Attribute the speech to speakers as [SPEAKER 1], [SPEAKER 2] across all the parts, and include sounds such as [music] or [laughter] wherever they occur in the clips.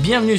[SPEAKER 1] Bienvenue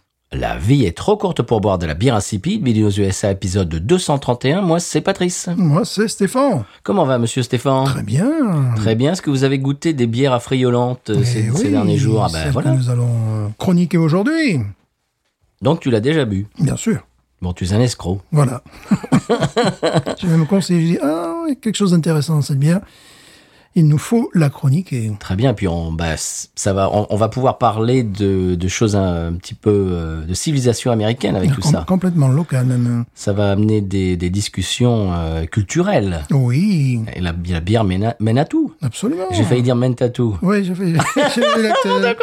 [SPEAKER 1] La vie est trop courte pour boire de la bière insipide. Binous USA épisode 231. Moi, c'est Patrice.
[SPEAKER 2] Moi, c'est Stéphane.
[SPEAKER 1] Comment va, monsieur Stéphane
[SPEAKER 2] Très bien.
[SPEAKER 1] Très bien. Est-ce que vous avez goûté des bières affriolantes euh,
[SPEAKER 2] Eh
[SPEAKER 1] ces,
[SPEAKER 2] oui,
[SPEAKER 1] ces derniers jours Ah ben
[SPEAKER 2] celle
[SPEAKER 1] voilà.
[SPEAKER 2] que nous allons euh, chroniquer aujourd'hui.
[SPEAKER 1] Donc tu l'as déjà bu.
[SPEAKER 2] Bien sûr.
[SPEAKER 1] Bon, tu es un escroc. [laughs]
[SPEAKER 2] Voilà. je vais me conseiller. Je dis, ah, il y a quelque chose d'intéressant dans cette bière. Il nous faut la chroniquer.
[SPEAKER 1] Très bien. Puis on, bah, c- ça va, on, on va pouvoir parler de, de choses un, petit peu euh, de civilisation américaine avec tout
[SPEAKER 2] Com-
[SPEAKER 1] ça.
[SPEAKER 2] Complètement locale, même.
[SPEAKER 1] Ça va amener des, des discussions euh, culturelles.
[SPEAKER 2] Oui,
[SPEAKER 1] Et la, la bière mène à, mène à tout.
[SPEAKER 2] absolument.
[SPEAKER 1] J'ai failli dire mène à tout.
[SPEAKER 2] Oui, j'ai fait. [laughs]
[SPEAKER 1] [laughs]
[SPEAKER 2] j'ai fait la tête.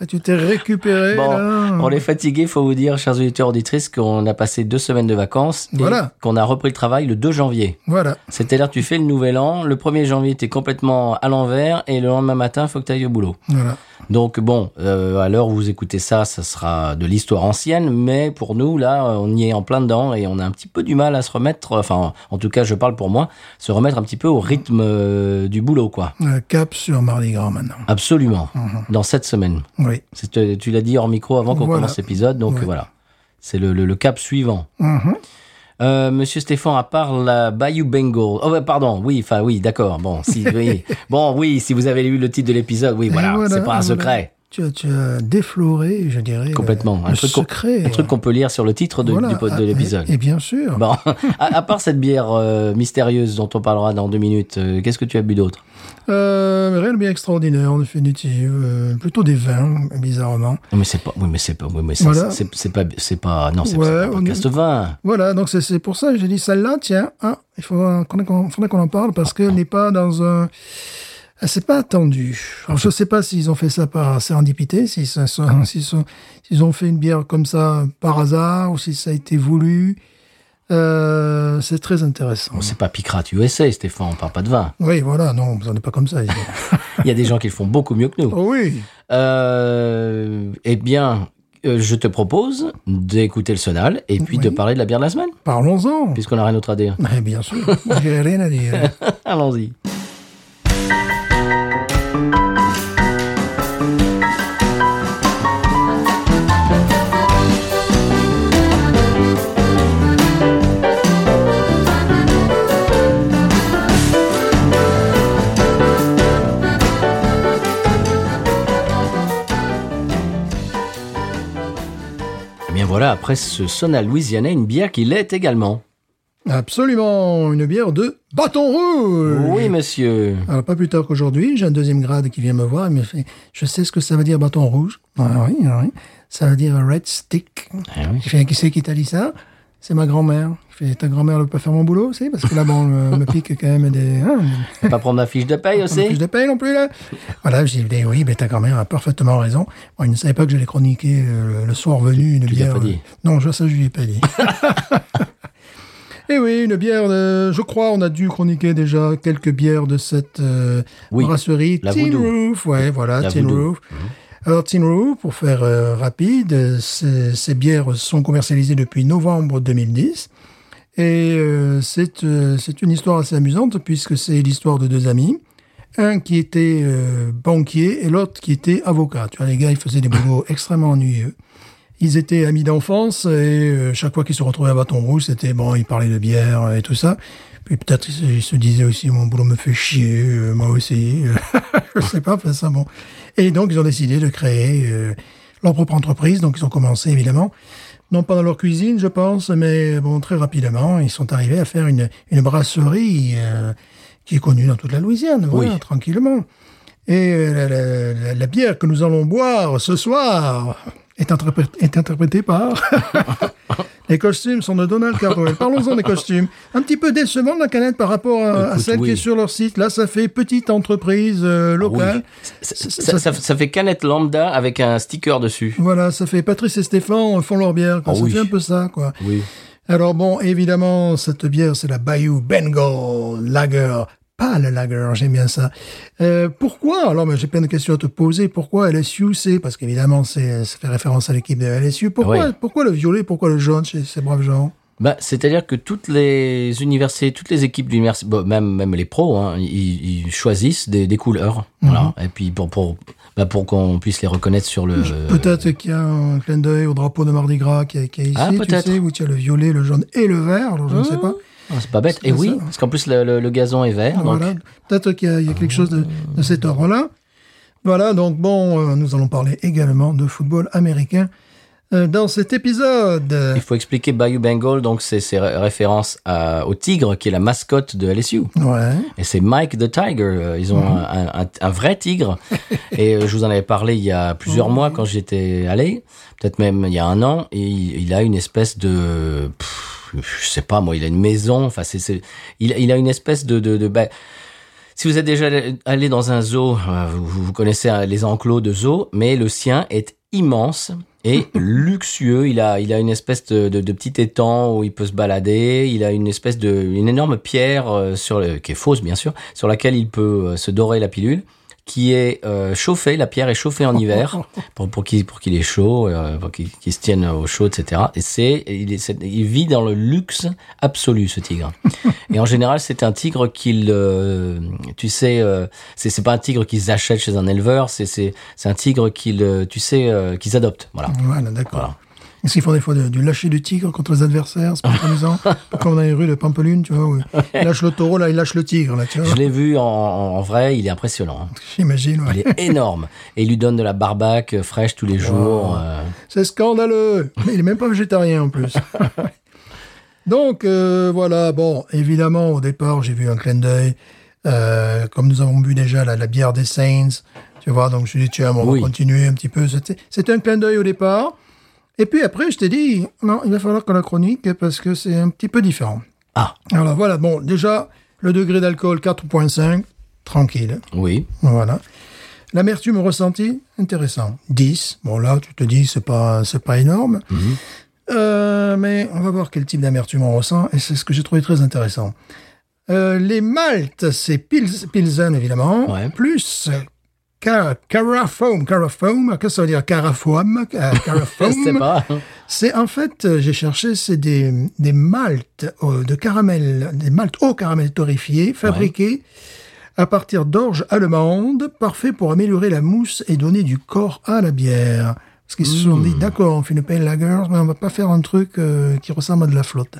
[SPEAKER 2] Là, tu t'es récupéré.
[SPEAKER 1] Bon,
[SPEAKER 2] là.
[SPEAKER 1] on est fatigué, faut vous dire, chers auditeurs auditrices, qu'on a passé deux semaines de vacances et
[SPEAKER 2] Voilà.
[SPEAKER 1] qu'on a repris le travail le 2 janvier.
[SPEAKER 2] Voilà.
[SPEAKER 1] C'est-à-dire, tu fais le nouvel an, le 1er janvier, t'es complètement à l'envers, et le lendemain matin, faut que t'ailles au boulot.
[SPEAKER 2] Voilà.
[SPEAKER 1] Donc, bon, euh, à l'heure où vous écoutez ça, ça sera de l'histoire ancienne, mais pour nous, là, euh, on y est en plein dedans, et on a un petit peu du mal à se remettre, enfin, en tout cas, je parle pour moi, se remettre un petit peu au rythme euh, du boulot, quoi.
[SPEAKER 2] Euh, Cap sur Mardi Gras maintenant.
[SPEAKER 1] Absolument. Dans cette semaine.
[SPEAKER 2] Oui.
[SPEAKER 1] C'est, euh, tu l'as dit hors micro avant qu'on
[SPEAKER 2] Mhm. Voilà.
[SPEAKER 1] commence l'épisode, donc
[SPEAKER 2] Ouais.
[SPEAKER 1] euh, voilà. C'est le, le- le cap suivant.
[SPEAKER 2] Mhm.
[SPEAKER 1] Euh, Monsieur Stéphane, à part la Bayou Bengal. Oh, ouais, pardon, oui, enfin, oui, d'accord. Bon, si,
[SPEAKER 2] [laughs]
[SPEAKER 1] oui. bon, oui, si vous avez lu le titre de l'épisode, oui,
[SPEAKER 2] Et
[SPEAKER 1] voilà, c'est pas un
[SPEAKER 2] et voilà.
[SPEAKER 1] secret.
[SPEAKER 2] Tu as, tu as défloré, je dirais. le-
[SPEAKER 1] Complètement.
[SPEAKER 2] Le,
[SPEAKER 1] Un truc qu'on-
[SPEAKER 2] secret.
[SPEAKER 1] Un truc qu'on peut lire sur le titre de,
[SPEAKER 2] euh, Voilà.
[SPEAKER 1] du pod-
[SPEAKER 2] Ah,
[SPEAKER 1] de l'épisode.
[SPEAKER 2] Et, et bien sûr.
[SPEAKER 1] Bon, [laughs] à, à part cette bière euh, mystérieuse dont on parlera dans deux minutes, euh, qu'est-ce que tu as bu d'autre
[SPEAKER 2] Euh, rien de bien extraordinaire, en définitive. Euh, plutôt des vins, bizarrement.
[SPEAKER 1] Non, Mais c'est pas, oui, mais c'est pas, oui, mais c'est,
[SPEAKER 2] Voilà.
[SPEAKER 1] c'est, c'est pas, c'est pas, non, c'est,
[SPEAKER 2] Ouais,
[SPEAKER 1] c'est pas un
[SPEAKER 2] on-
[SPEAKER 1] podcast vin.
[SPEAKER 2] Voilà, donc c'est- c'est pour ça que j'ai dit celle-là, tiens, hein, il faudra qu'on qu'on- faudra qu'on en parle parce qu'elle n'est pas dans un... Elle s'est pas attendue. Alors je sais pas s'ils ont fait ça par sérendipité, s'ils se sont- s'ils sont- s'ils ont fait une bière comme ça par hasard ou si ça a été voulu. Euh, c'est très intéressant.
[SPEAKER 1] C'est pas Picrate USA, Stéphane, on parle pas de vin.
[SPEAKER 2] Oui, voilà, non, on n'est pas comme ça. ici.
[SPEAKER 1] [laughs] Il y a des gens qui le font beaucoup mieux que nous.
[SPEAKER 2] [laughs] oh oui,
[SPEAKER 1] Euh, eh bien, euh, je te propose d'écouter le sonal et puis de
[SPEAKER 2] Oui.
[SPEAKER 1] parler de la bière de la semaine,
[SPEAKER 2] parlons-en.
[SPEAKER 1] puisqu'on n'a rien d'autre à dire.
[SPEAKER 2] Eh bien sûr, j'ai rien à dire.
[SPEAKER 1] Allons-y. Eh bien voilà, après ce sonal louisianais, une bière qui l'est également.
[SPEAKER 2] Absolument, une bière de bâton rouge.
[SPEAKER 1] Oui, monsieur.
[SPEAKER 2] Alors, pas plus tard qu'aujourd'hui, j'ai un deuxième grade qui vient me voir et me fait Je sais ce que ça veut dire bâton rouge. Ah oui, ah oui. Ça veut dire red stick.
[SPEAKER 1] Ah oui.
[SPEAKER 2] Je fais Qui c'est qui t'a dit ça C'est ma grand-mère. Je fais Ta grand-mère ne peut pas faire mon boulot, c'est Parce que là, bon, le, le pic quand même des. hein,
[SPEAKER 1] Faut Pas prendre ma fiche de paye
[SPEAKER 2] en plus,
[SPEAKER 1] aussi
[SPEAKER 2] je les paye non plus, là. Voilà, je dis, oui, mais ta grand-mère a parfaitement raison. Bon, il ne savait pas que j'allais chroniquer euh, le soir venu une
[SPEAKER 1] Tu lui as
[SPEAKER 2] bière.
[SPEAKER 1] pas dit.
[SPEAKER 2] euh, Non, je, ça, je lui ai pas dit. [laughs] Eh oui, une bière, de- je crois, on a dû chroniquer déjà quelques bières de cette euh,
[SPEAKER 1] Oui,
[SPEAKER 2] brasserie.
[SPEAKER 1] la
[SPEAKER 2] Tin
[SPEAKER 1] Voodoo.
[SPEAKER 2] Roof, ouais, voilà,
[SPEAKER 1] La
[SPEAKER 2] Tin
[SPEAKER 1] Voodoo. Mhm.
[SPEAKER 2] Roof. Alors, Tin Roof, pour faire euh, rapide, euh, ces, ces bières sont commercialisées depuis novembre 2010. Et euh, c'est euh, c'est une histoire assez amusante puisque c'est l'histoire de deux amis. Un qui était euh, banquier et l'autre qui était avocat. Tu vois, les gars,
[SPEAKER 1] [laughs]
[SPEAKER 2] ils faisaient des boulots extrêmement ennuyeux. Ils étaient amis d'enfance et euh, chaque fois qu'ils se retrouvaient à Bâton Rouge, c'était bon, ils parlaient de bière euh, et tout ça. Puis peut-être ils se- ils se disaient aussi mon boulot me fait chier, euh, moi aussi. [laughs] Je sais pas, enfin ça bon. Et donc ils ont décidé de créer euh, leur propre entreprise. Donc ils ont commencé évidemment, non pas dans leur cuisine, je pense, mais bon très rapidement ils sont arrivés à faire une, une brasserie euh, qui est connue dans toute la Louisiane, voilà,
[SPEAKER 1] Oui.
[SPEAKER 2] tranquillement. Et euh, la, la- la- la bière que nous allons boire ce soir est, interprét- est interprété par... [laughs] les costumes sont de Donald Cardwell. Parlons-en des costumes. Un petit peu décevant la canette par rapport à, à
[SPEAKER 1] Écoute,
[SPEAKER 2] celle
[SPEAKER 1] oui.
[SPEAKER 2] qui est sur leur site. Là, ça fait petite entreprise
[SPEAKER 1] Ah
[SPEAKER 2] euh, locale.
[SPEAKER 1] Ça, ça- ça- ça fait canette lambda avec un sticker dessus.
[SPEAKER 2] Voilà, ça fait Patrice et Stéphane euh, font leur bière. quoi.
[SPEAKER 1] Ah
[SPEAKER 2] ça
[SPEAKER 1] oui.
[SPEAKER 2] fait un peu ça, quoi.
[SPEAKER 1] Oui.
[SPEAKER 2] Alors bon, évidemment, cette bière, c'est la Bayou Bengal Lager. Pâle lager, j'aime bien ça. Euh, pourquoi Alors, mais j'ai plein de questions à te poser. Pourquoi LSU c'est Parce qu'évidemment, c'est ça fait référence à l'équipe de LSU. Pourquoi,
[SPEAKER 1] Oui.
[SPEAKER 2] pourquoi le violet Pourquoi le jaune chez ces braves gens
[SPEAKER 1] Bah, c'est-à-dire que toutes les universités, toutes les équipes d'université, bon, même même les pros, hein, ils, ils choisissent des, des couleurs,
[SPEAKER 2] Mhm.
[SPEAKER 1] voilà. Et puis pour pour bah, pour qu'on puisse les reconnaître sur le.
[SPEAKER 2] Peut-être qu'il y a un clin d'œil au drapeau de Mardi Gras qui est, qui est ici,
[SPEAKER 1] Ah,
[SPEAKER 2] tu
[SPEAKER 1] peut-être.
[SPEAKER 2] sais, où tu as le violet, le jaune et le vert. Alors, je ne sais pas.
[SPEAKER 1] Ah, c'est pas bête.
[SPEAKER 2] C'est
[SPEAKER 1] Et oui,
[SPEAKER 2] ça.
[SPEAKER 1] parce qu'en plus le, le- le gazon est vert. donc-
[SPEAKER 2] Voilà. Peut-être qu'il y, a- il y a quelque chose de, de cet ordre-là. Voilà, donc bon, euh, nous allons parler également de football américain euh, dans cet épisode.
[SPEAKER 1] Il faut expliquer Bayou Bengal, donc c'est c'est ré- référence à- au tigre qui est la mascotte de LSU.
[SPEAKER 2] Ouais.
[SPEAKER 1] Et c'est Mike the Tiger. Euh, Ils ont un, un- un vrai tigre. et euh, je vous en avais parlé il y a plusieurs mois quand j'étais allé, peut-être même il y a un an. Et il, il a une espèce de, pff, je sais pas moi, il a une maison. Enfin, c'est, c'est- il, il a une espèce de, de, bah, de ba- si vous êtes déjà allé- allé dans un zoo, euh, vous, vous connaissez euh, les enclos de zoo, mais le sien est immense et luxueux. Il a, il a une espèce de, de, de petit étang où il peut se balader. Il a une espèce de, une énorme pierre euh, sur le, qui est fausse bien sûr, sur laquelle il peut euh, se dorer la pilule, qui est euh, chauffée. La pierre est chauffée en hiver pour, pour qu'il pour qu'il ait chaud, euh, pour qu'il qu'il se tienne au chaud, etc. Et c'est il, est- c'est- il vit dans le luxe absolu ce tigre. Et en général, c'est un tigre qu'il, euh, tu sais, euh, c'est c'est pas un tigre qu'ils achètent chez un éleveur, c'est c'est c'est un tigre qu'ils, euh, tu sais, euh, qu'ils adoptent. Voilà.
[SPEAKER 2] Voilà, d'accord.
[SPEAKER 1] Voilà.
[SPEAKER 2] Est-ce qu'ils font des fois de- du lâcher du tigre contre les adversaires C'est [laughs] pas amusant. Comme dans les rues de Pampelune, tu vois, où il lâche le taureau, là, il lâche le tigre, là, tu vois.
[SPEAKER 1] Je l'ai vu en, en vrai, il est impressionnant. hein.
[SPEAKER 2] J'imagine, ouais.
[SPEAKER 1] Il est énorme et il lui donne de la barbaque euh, fraîche tous les jours. euh.
[SPEAKER 2] C'est scandaleux. Mais il est même pas végétarien en plus. Donc euh, voilà, bon, évidemment au départ j'ai vu un clin d'œil, Euh, comme nous avons bu déjà la, la bière des Saints, tu vois, donc je me suis dit tiens, bon, on
[SPEAKER 1] Oui.
[SPEAKER 2] va continuer un petit peu. C'était c'était un clin d'œil au départ. Et puis après je t'ai dit non, il va falloir qu'on la chronique parce que c'est un petit peu différent.
[SPEAKER 1] Ah
[SPEAKER 2] Alors voilà, bon, déjà le degré d'alcool 4.5, tranquille.
[SPEAKER 1] oui,
[SPEAKER 2] Voilà. L'amertume ressentie, intéressant. 10. Bon, là, tu te dis, c'est pas, c'est pas énorme.
[SPEAKER 1] Mhm.
[SPEAKER 2] Euh, mais on va voir quel type d'amertume on ressent, et c'est ce que j'ai trouvé très intéressant. Euh, les maltes, c'est pils- Pilsen, évidemment,
[SPEAKER 1] Ouais.
[SPEAKER 2] plus euh, ca- Carafoam. Carafoam, qu'est-ce que ça veut dire Carafoam
[SPEAKER 1] [laughs]
[SPEAKER 2] euh,
[SPEAKER 1] je
[SPEAKER 2] Carafoam
[SPEAKER 1] sais pas.
[SPEAKER 2] c'est en fait, euh, j'ai cherché, c'est des, des maltes euh, de caramel, des maltes au caramel torréfié, fabriqués à partir d'orge allemande, parfait pour améliorer la mousse et donner du corps à la bière. Parce qu'ils se sont dit, d'accord, on fait une pale lager, mais on va pas faire un truc euh, qui ressemble à de la flotte.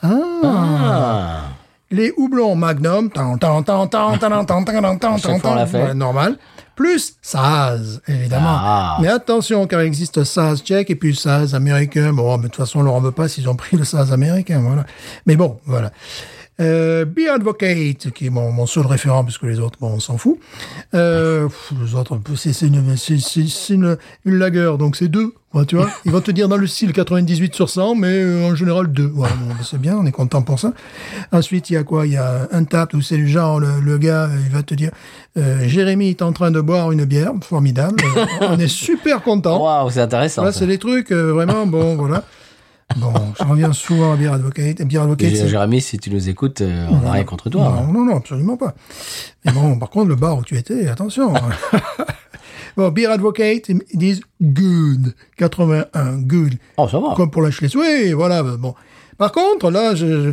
[SPEAKER 2] Ah.
[SPEAKER 1] Ah.
[SPEAKER 2] Les houblons Magnum, tan, tan, tan, tan, tan, tan, tan, tan, tan,
[SPEAKER 1] chaque
[SPEAKER 2] tan,
[SPEAKER 1] fois, on la fait.
[SPEAKER 2] ouais, normal, plus Saz, évidemment.
[SPEAKER 1] Ah.
[SPEAKER 2] Mais attention, car il existe Saz tchèque et puis Saz américain. Bon, mais de toute façon, on leur en veut pas s'ils ont pris le Saz américain, voilà. Mais bon, voilà. Euh, Be Advocate, qui est mon, mon seul référent, puisque les autres, bon, on s'en fout. Euh, pff, les autres, c'est c'est une, c'est- c'est- c'est une, une lagueur, donc c'est deux, quoi, tu vois. Ils vont te dire dans le style 98 sur 100, mais euh, en général deux. Ouais, bon, ben, c'est bien, on est content pour ça. Ensuite, il y a quoi Il y a un tap où c'est le genre, le, le gars, euh, il va te dire, euh, Jérémy est en train de boire une bière, formidable. Euh, on est super content.
[SPEAKER 1] Waouh, c'est intéressant.
[SPEAKER 2] Là,
[SPEAKER 1] ça.
[SPEAKER 2] c'est des trucs euh, vraiment bon, voilà. Bon, je reviens souvent à Beer Advocate. Et Beer Advocate,
[SPEAKER 1] J-
[SPEAKER 2] c'est-
[SPEAKER 1] Jérémy, si tu nous écoutes, euh, on n'a rien contre toi. hein.
[SPEAKER 2] non, non, non, absolument pas. Mais bon, par contre, le bar où tu étais, attention. hein.
[SPEAKER 1] [laughs]
[SPEAKER 2] bon, Beer Advocate, ils disent good. 81, good.
[SPEAKER 1] Oh, ça va.
[SPEAKER 2] Comme pour la Schleswig, oui, voilà. ben Bon. Par contre, là, je, je,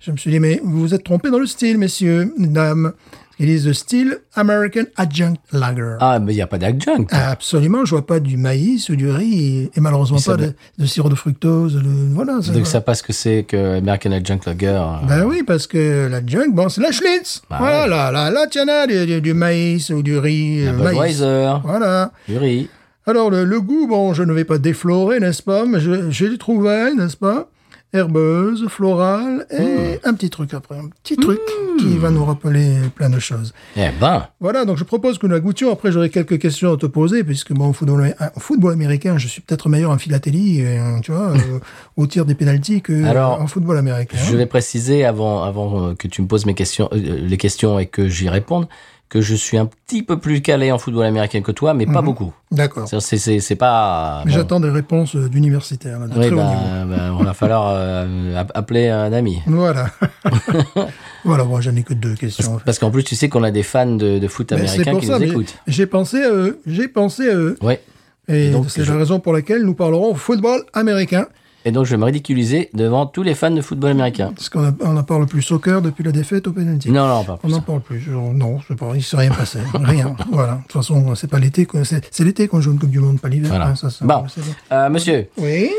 [SPEAKER 2] je me suis dit, mais vous vous êtes trompé dans le style, messieurs, dames. Ils disent the style American Adjunct Lager.
[SPEAKER 1] Ah, mais il n'y a pas d'adjunct.
[SPEAKER 2] Absolument, je vois pas du maïs ou du riz et, et malheureusement
[SPEAKER 1] ça
[SPEAKER 2] pas de, de sirop de fructose. de- voilà. ça-
[SPEAKER 1] Donc ça passe que c'est que American Adjunct Lager. euh,
[SPEAKER 2] Ben oui, parce que la junk, bon, c'est la Schlitz.
[SPEAKER 1] Bah
[SPEAKER 2] voilà,
[SPEAKER 1] ouais.
[SPEAKER 2] là, là, là, tiens, là, du, du- du maïs ou du riz. euh, maïs.
[SPEAKER 1] Budweiser,
[SPEAKER 2] Voilà.
[SPEAKER 1] du riz.
[SPEAKER 2] Alors, le, le goût, bon, je ne vais pas déflorer, n'est-ce pas, mais je, je l'ai trouvé, n'est-ce pas herbeuse, florale et
[SPEAKER 1] Hmm.
[SPEAKER 2] un petit truc après, un petit truc qui va nous rappeler plein de choses.
[SPEAKER 1] Eh ben,
[SPEAKER 2] Voilà, donc je propose que nous la goûtions. Après, j'aurai quelques questions à te poser, puisque moi, en football, en football américain, je suis peut-être meilleur en philatélie, et, hein,
[SPEAKER 1] [laughs]
[SPEAKER 2] tu vois, euh, au tir des pénalties que
[SPEAKER 1] Alors,
[SPEAKER 2] en football américain. hein.
[SPEAKER 1] je vais préciser avant, avant euh, que tu me poses mes questions, euh, les questions et que j'y réponde, que je suis un petit peu plus calé en football américain que toi, mais pas beaucoup.
[SPEAKER 2] D'accord.
[SPEAKER 1] C'est- C'est c'est- c'est pas.
[SPEAKER 2] Mhm. Mais
[SPEAKER 1] bon.
[SPEAKER 2] j'attends des réponses euh, d'universitaires, là, de
[SPEAKER 1] Ah, Oui,
[SPEAKER 2] très haut niveau.
[SPEAKER 1] ben, ben, on va
[SPEAKER 2] [laughs]
[SPEAKER 1] falloir euh, app- appeler un ami.
[SPEAKER 2] Voilà. [laughs] voilà, moi, j'en ai que deux questions. en fait.
[SPEAKER 1] Parce qu'en plus, tu sais qu'on a des fans de, de foot
[SPEAKER 2] Mais Ben, c'est
[SPEAKER 1] américain
[SPEAKER 2] pour
[SPEAKER 1] qui
[SPEAKER 2] ça,
[SPEAKER 1] nous
[SPEAKER 2] mais
[SPEAKER 1] écoutent.
[SPEAKER 2] j'ai pensé à eux, j'ai pensé à eux.
[SPEAKER 1] Ouais.
[SPEAKER 2] Et,
[SPEAKER 1] Et donc,
[SPEAKER 2] c'est
[SPEAKER 1] je-
[SPEAKER 2] la raison pour laquelle nous parlerons football américain.
[SPEAKER 1] Et donc, je vais me ridiculiser devant tous les fans de football américain.
[SPEAKER 2] Parce qu'on on n'en parle plus soccer depuis la défaite au penalty.
[SPEAKER 1] Non, non, pas
[SPEAKER 2] On
[SPEAKER 1] plus.
[SPEAKER 2] n'en parle plus. Genre, non, c'est pas, il s'est rien
[SPEAKER 1] [laughs]
[SPEAKER 2] passé. rien. Voilà. De toute façon, c'est pas l'été, qu'on- c'est c'est l'été qu'on joue une Coupe du Monde, pas l'hiver.
[SPEAKER 1] Voilà.
[SPEAKER 2] hein, ça, ça,
[SPEAKER 1] Bon.
[SPEAKER 2] c'est
[SPEAKER 1] Euh, monsieur,
[SPEAKER 2] Oui.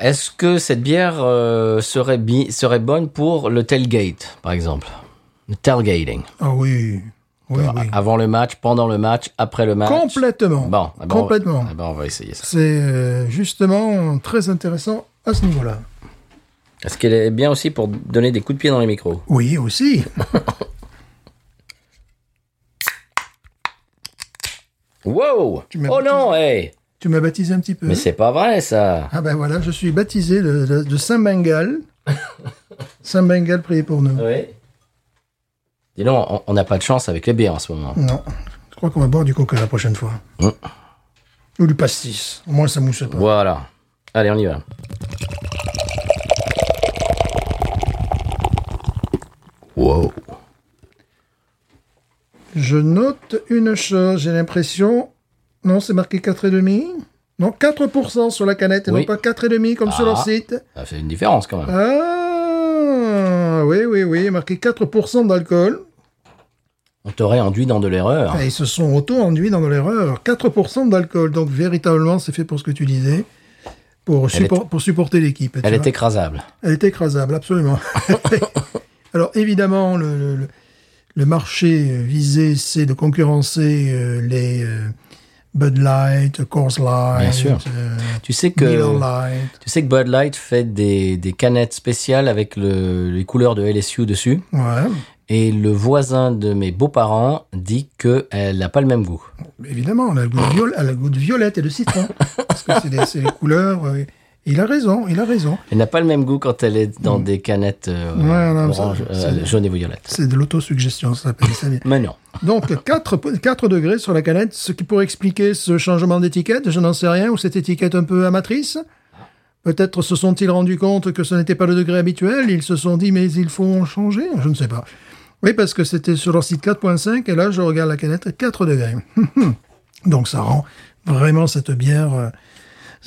[SPEAKER 1] est-ce que cette bière euh, serait, bi- serait bonne pour le tailgate, par exemple Le tailgating.
[SPEAKER 2] Ah oui. Oui, oui.
[SPEAKER 1] Avant le match, pendant le match, après le match.
[SPEAKER 2] Complètement.
[SPEAKER 1] ah, Bon, eh ben, on-
[SPEAKER 2] Complètement.
[SPEAKER 1] eh ben, on va essayer ça.
[SPEAKER 2] C'est euh, justement très intéressant à ce niveau-là.
[SPEAKER 1] Est-ce qu'elle est bien aussi pour donner des coups de pied dans les micros
[SPEAKER 2] Oui, aussi.
[SPEAKER 1] Wow
[SPEAKER 2] Tu m'as
[SPEAKER 1] Oh
[SPEAKER 2] baptisé.
[SPEAKER 1] non, hey
[SPEAKER 2] tu m'as baptisé un petit peu.
[SPEAKER 1] Mais c'est pas vrai, ça
[SPEAKER 2] Ah ben voilà, je suis baptisé de, de- de
[SPEAKER 1] [laughs]
[SPEAKER 2] Saint Bengal. Saint Bengal, priez pour nous.
[SPEAKER 1] Oui. Dis donc, on- on n'a pas de chance avec les bières en ce moment.
[SPEAKER 2] Non, je crois qu'on va boire du coca la prochaine fois.
[SPEAKER 1] Mm.
[SPEAKER 2] Ou du pastis. Au moins, ça mousse pas.
[SPEAKER 1] Voilà. Allez, on y va. Wow.
[SPEAKER 2] Je note une chose, j'ai l'impression... Non, c'est marqué 4,5 Non, 4% sur la canette, et
[SPEAKER 1] Oui.
[SPEAKER 2] non pas 4,5 comme sur
[SPEAKER 1] Ah.
[SPEAKER 2] leur site.
[SPEAKER 1] Ça fait une différence quand même.
[SPEAKER 2] Ah Oui, oui, oui, marqué 4% d'alcool.
[SPEAKER 1] On t'aurait enduit dans de l'erreur.
[SPEAKER 2] Ah, ils se sont auto-enduits dans l'erreur. 4% d'alcool, donc véritablement, c'est fait pour ce que tu disais, pour,
[SPEAKER 1] Elle est-
[SPEAKER 2] suppor- pour supporter l'équipe. tu
[SPEAKER 1] Elle
[SPEAKER 2] vois.
[SPEAKER 1] est écrasable.
[SPEAKER 2] Elle est
[SPEAKER 1] [laughs]
[SPEAKER 2] écrasable, absolument. Alors évidemment, le, le- le- le marché euh, visé, c'est de concurrencer euh, les euh, Bud Light, Coors Light,
[SPEAKER 1] Bien sûr.
[SPEAKER 2] euh,
[SPEAKER 1] Ah, Tu sais
[SPEAKER 2] Miller
[SPEAKER 1] que
[SPEAKER 2] Light.
[SPEAKER 1] tu sais que Bud Light fait des, des canettes spéciales avec le- les couleurs de LSU dessus.
[SPEAKER 2] Ouais,
[SPEAKER 1] Et le voisin de mes beaux-parents dit que elle n'a pas le même goût.
[SPEAKER 2] évidemment, elle a, le goût de viol- elle a le goût de violette et de citron. parce que c'est des- c'est les couleurs. euh, il a raison, il a raison.
[SPEAKER 1] Elle n'a pas le même goût quand elle est dans des canettes euh,
[SPEAKER 2] Ouais, non, ça-
[SPEAKER 1] orange,
[SPEAKER 2] ça-
[SPEAKER 1] euh, jaune et violette.
[SPEAKER 2] C'est de l'autosuggestion, ça s'appelle ça bien.
[SPEAKER 1] Mais non.
[SPEAKER 2] Donc 4, degrés sur la canette, ce qui pourrait expliquer ce changement d'étiquette, je n'en sais rien, ou cette étiquette un peu amatrice. Peut-être se sont-ils rendus compte que ce n'était pas le degré habituel, ils se sont dit mais il faut en changer, je ne sais pas. Oui, parce que c'était sur leur site 4.5, et là je regarde la canette 4 degrés. [laughs] Donc ça rend vraiment cette bière euh,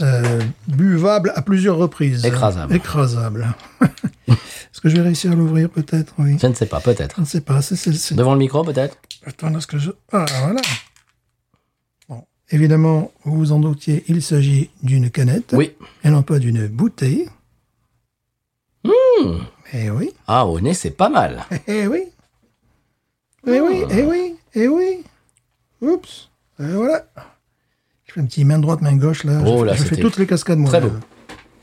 [SPEAKER 2] euh, buvable à plusieurs reprises.
[SPEAKER 1] Écrasable.
[SPEAKER 2] Écrasable. [laughs] Est-ce que je vais réussir à l'ouvrir peut-être Oui.
[SPEAKER 1] Je ne sais pas, peut-être.
[SPEAKER 2] Je ne sais pas, c'est- c'est c'est-
[SPEAKER 1] Devant le micro, peut-être
[SPEAKER 2] Attends, est-ce que je... Ah, voilà. Bon, évidemment, vous vous en doutiez, il s'agit d'une canette.
[SPEAKER 1] Oui.
[SPEAKER 2] Et non pas d'une bouteille.
[SPEAKER 1] Hmm.
[SPEAKER 2] Eh oui.
[SPEAKER 1] Ah, au nez, c'est pas mal.
[SPEAKER 2] Eh oui. Eh oui,
[SPEAKER 1] Ah.
[SPEAKER 2] eh oui, eh oui. Oups. Et voilà. Je fais un petit main droite, main gauche, là.
[SPEAKER 1] Oh
[SPEAKER 2] je
[SPEAKER 1] là,
[SPEAKER 2] je fais
[SPEAKER 1] c'était
[SPEAKER 2] toutes les cascades, moi.
[SPEAKER 1] très
[SPEAKER 2] là.
[SPEAKER 1] beau.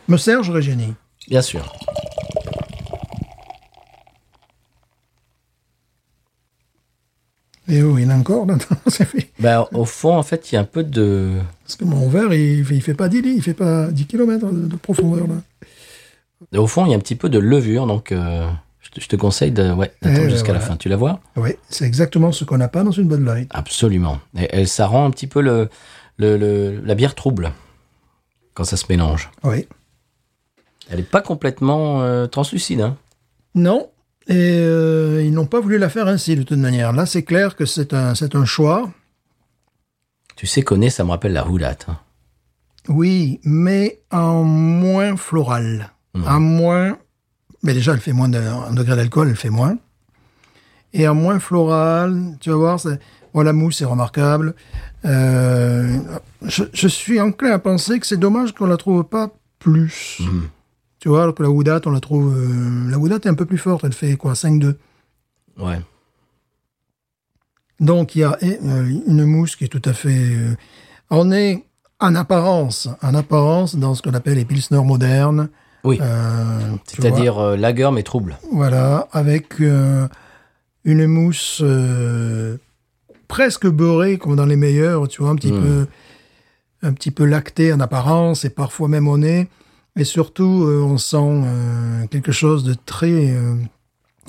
[SPEAKER 2] Me Serge Régénie.
[SPEAKER 1] Bien sûr.
[SPEAKER 2] Eh oui, il y en a encore, [laughs] là. ça fait-
[SPEAKER 1] Ben, au fond, en fait, il y a un peu de.
[SPEAKER 2] Parce que mon verre, il fait, il fait pas 10 li- il fait pas 10 km de de profondeur, là.
[SPEAKER 1] Au fond, il y a un petit peu de levure, donc euh, je, te, je te conseille de, ouais, d'attendre
[SPEAKER 2] Eh ben
[SPEAKER 1] jusqu'à la
[SPEAKER 2] voilà.
[SPEAKER 1] fin. Tu la vois
[SPEAKER 2] Oui, c'est exactement ce qu'on n'a pas dans une Bud Light.
[SPEAKER 1] Absolument. Et, et ça rend un petit peu le, le- le- la bière trouble quand ça se mélange.
[SPEAKER 2] Oui.
[SPEAKER 1] Elle n'est pas complètement euh, translucide. hein.
[SPEAKER 2] Non. Et euh, ils n'ont pas voulu la faire ainsi, de toute manière. Là, c'est clair que c'est un, c'est un choix.
[SPEAKER 1] Tu sais qu'au nez, ça me rappelle la roulate. hein.
[SPEAKER 2] Oui, mais en moins floral. En moins. Mais déjà, elle fait moins de, en degré d'alcool, elle fait moins. Et en moins floral, tu vas voir, c'est- bon, la mousse est remarquable. Euh, je, je suis enclin à penser que c'est dommage qu'on la trouve pas plus. Tu vois, alors que la Houdat, on la trouve. euh, la Houdat est un peu plus forte, elle fait quoi 5-2.
[SPEAKER 1] Ouais.
[SPEAKER 2] Donc il y a euh, une mousse qui est tout à fait. euh, on est en apparence, en apparence dans ce qu'on appelle les pilsners modernes,
[SPEAKER 1] Oui.
[SPEAKER 2] Euh, tu vois.
[SPEAKER 1] C'est-à-dire euh, lager mais trouble.
[SPEAKER 2] Voilà, avec euh, une mousse euh, presque beurrée comme dans les meilleurs, tu vois, un petit
[SPEAKER 1] Mm.
[SPEAKER 2] peu un petit peu lactée en apparence et parfois même au nez. Et surtout, euh, on sent euh, quelque chose de très euh,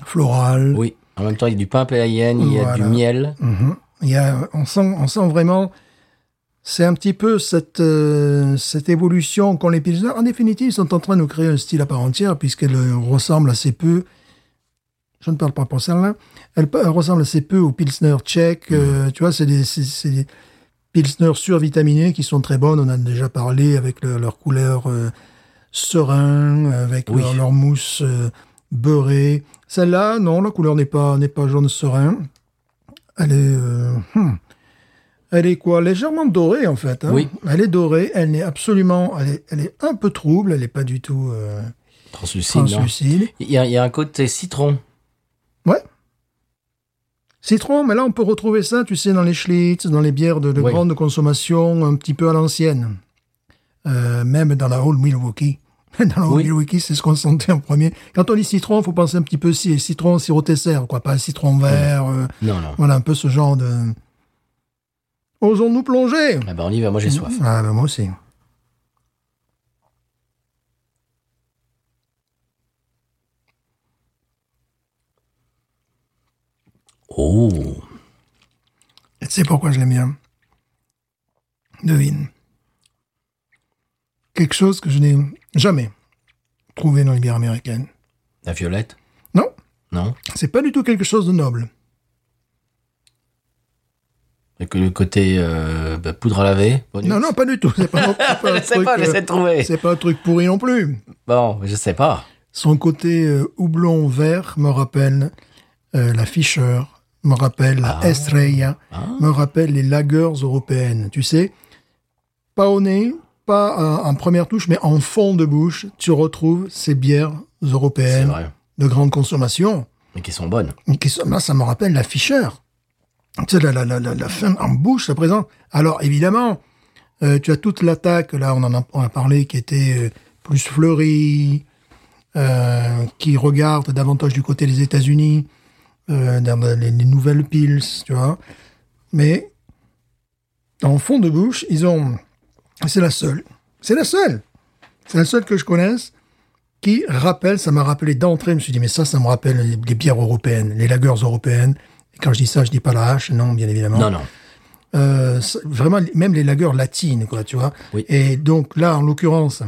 [SPEAKER 2] floral.
[SPEAKER 1] Oui. En même temps, il y a du pain païenne, il y a
[SPEAKER 2] Voilà.
[SPEAKER 1] du miel.
[SPEAKER 2] Mhm. Il y a, on, sent, on sent vraiment, c'est un petit peu cette, euh, cette évolution qu'ont les pilsners. En définitive, ils sont en train de nous créer un style à part entière, puisqu'elle ressemble assez peu, je ne parle pas pour celle-là, elle ressemble assez peu aux pilsners tchèques. euh, tu vois, c'est des, c'est- c'est des pilsners survitaminés qui sont très bonnes. On en a déjà parlé avec le- leur couleur euh, serein, avec
[SPEAKER 1] Oui.
[SPEAKER 2] leur, leur mousse euh, beurrée. Celle-là, non, la couleur n'est pas, n'est pas jaune serein. Elle est, euh, hmm. elle est quoi Légèrement dorée en fait. hein.
[SPEAKER 1] Oui.
[SPEAKER 2] Elle est dorée. Elle n'est absolument. Elle est, elle est un peu trouble. Elle n'est pas du tout euh,
[SPEAKER 1] Translucide, non
[SPEAKER 2] translucide.
[SPEAKER 1] Il y, a, il y a un côté citron.
[SPEAKER 2] Citron, mais là on peut retrouver ça, tu sais, dans les Schlitz, dans les bières de, de
[SPEAKER 1] Oui.
[SPEAKER 2] grande consommation, un petit peu à l'ancienne. Euh, même dans la Old Milwaukee. [laughs] Dans la Old
[SPEAKER 1] Oui.
[SPEAKER 2] Milwaukee, c'est ce qu'on sentait en premier. Quand on dit citron, faut penser un petit peu si citron sirop Tesser, quoi, pas citron vert. euh,
[SPEAKER 1] Non, non.
[SPEAKER 2] voilà, un peu ce genre de. Osons-nous plonger.
[SPEAKER 1] Ah ben, on y va, moi j'ai soif.
[SPEAKER 2] Ah, ben moi aussi.
[SPEAKER 1] Oh
[SPEAKER 2] Et tu sais pourquoi je l'aime bien Devine. Quelque chose que je n'ai jamais trouvé dans les bières américaines.
[SPEAKER 1] La violette
[SPEAKER 2] Non,
[SPEAKER 1] Non
[SPEAKER 2] c'est pas du tout quelque chose de noble.
[SPEAKER 1] Et que Le côté euh, bah, poudre à laver bonus.
[SPEAKER 2] Non, non, pas du tout. C'est pas, c'est pas
[SPEAKER 1] [laughs]
[SPEAKER 2] un
[SPEAKER 1] Je sais
[SPEAKER 2] truc,
[SPEAKER 1] pas,
[SPEAKER 2] euh,
[SPEAKER 1] j'essaie de trouver.
[SPEAKER 2] c'est pas un truc pourri non plus.
[SPEAKER 1] Bon, je sais pas.
[SPEAKER 2] Son côté euh, houblon vert me rappelle euh, la Fischer, me rappelle la
[SPEAKER 1] Ah.
[SPEAKER 2] Estrella,
[SPEAKER 1] Ah.
[SPEAKER 2] me rappelle les lagers européennes. Tu sais, pas au nez, pas euh, en première touche, mais en fond de bouche, tu retrouves ces bières
[SPEAKER 1] C'est
[SPEAKER 2] européennes
[SPEAKER 1] vrai.
[SPEAKER 2] de grande consommation.
[SPEAKER 1] Mais qui sont bonnes.
[SPEAKER 2] Et qui sont- là, ça me rappelle la Fischer. Tu sais, la, la, la, la, la fin en bouche, à présent. Alors, évidemment, euh, tu as toute l'attaque, là, on en a, on a parlé, qui était euh, plus fleurie, euh, qui regarde davantage du côté des États-Unis, euh, dans les, les nouvelles piles, tu vois. Mais, en fond de bouche, ils ont. C'est la seule. C'est la seule. C'est la seule que je connaisse qui rappelle, ça m'a rappelé d'entrée, je me suis dit, mais ça, ça me rappelle les, les bières européennes, les lagers européennes. Et quand je dis ça, je dis pas la hache, non, bien évidemment.
[SPEAKER 1] Non, [laughs] non.
[SPEAKER 2] Euh, ça- vraiment, même les lagers latines, quoi, tu vois.
[SPEAKER 1] Oui.
[SPEAKER 2] Et donc là, en l'occurrence,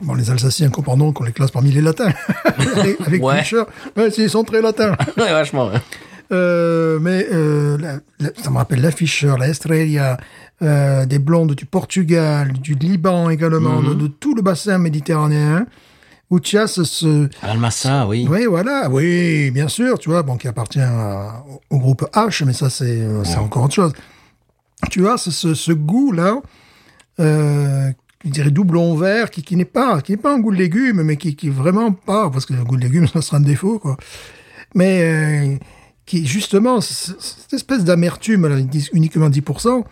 [SPEAKER 2] bon, les Alsaciens comprendront qu'on les classe parmi
[SPEAKER 1] [laughs]
[SPEAKER 2] les latins. avec avec
[SPEAKER 1] Ouais.
[SPEAKER 2] Fischer, ouais, ils sont très latins.
[SPEAKER 1] Ouais, Vachement. hein.
[SPEAKER 2] Euh, mais euh, la- la- ça me rappelle l'afficheur, la Estrella, euh, des blondes du Portugal, du Liban également,
[SPEAKER 1] Mhm.
[SPEAKER 2] de, de tout le bassin méditerranéen, où tu as ce- ce,
[SPEAKER 1] Almassa, oui.
[SPEAKER 2] oui, voilà, oui, bien sûr, tu vois, bon, qui appartient à- au groupe H, mais ça, c'est euh, c'est encore autre chose. Tu as ce, ce- ce goût-là, euh, je dirais doublon vert, qui, qui n'est pas, qui n'est pas un goût de légumes, mais qui, qui est vraiment pas, parce que le goût de légumes, [laughs] ça sera un défaut, quoi. Mais euh, qui, justement, c- c- cette espèce d'amertume, alors, ils disent uniquement 10%,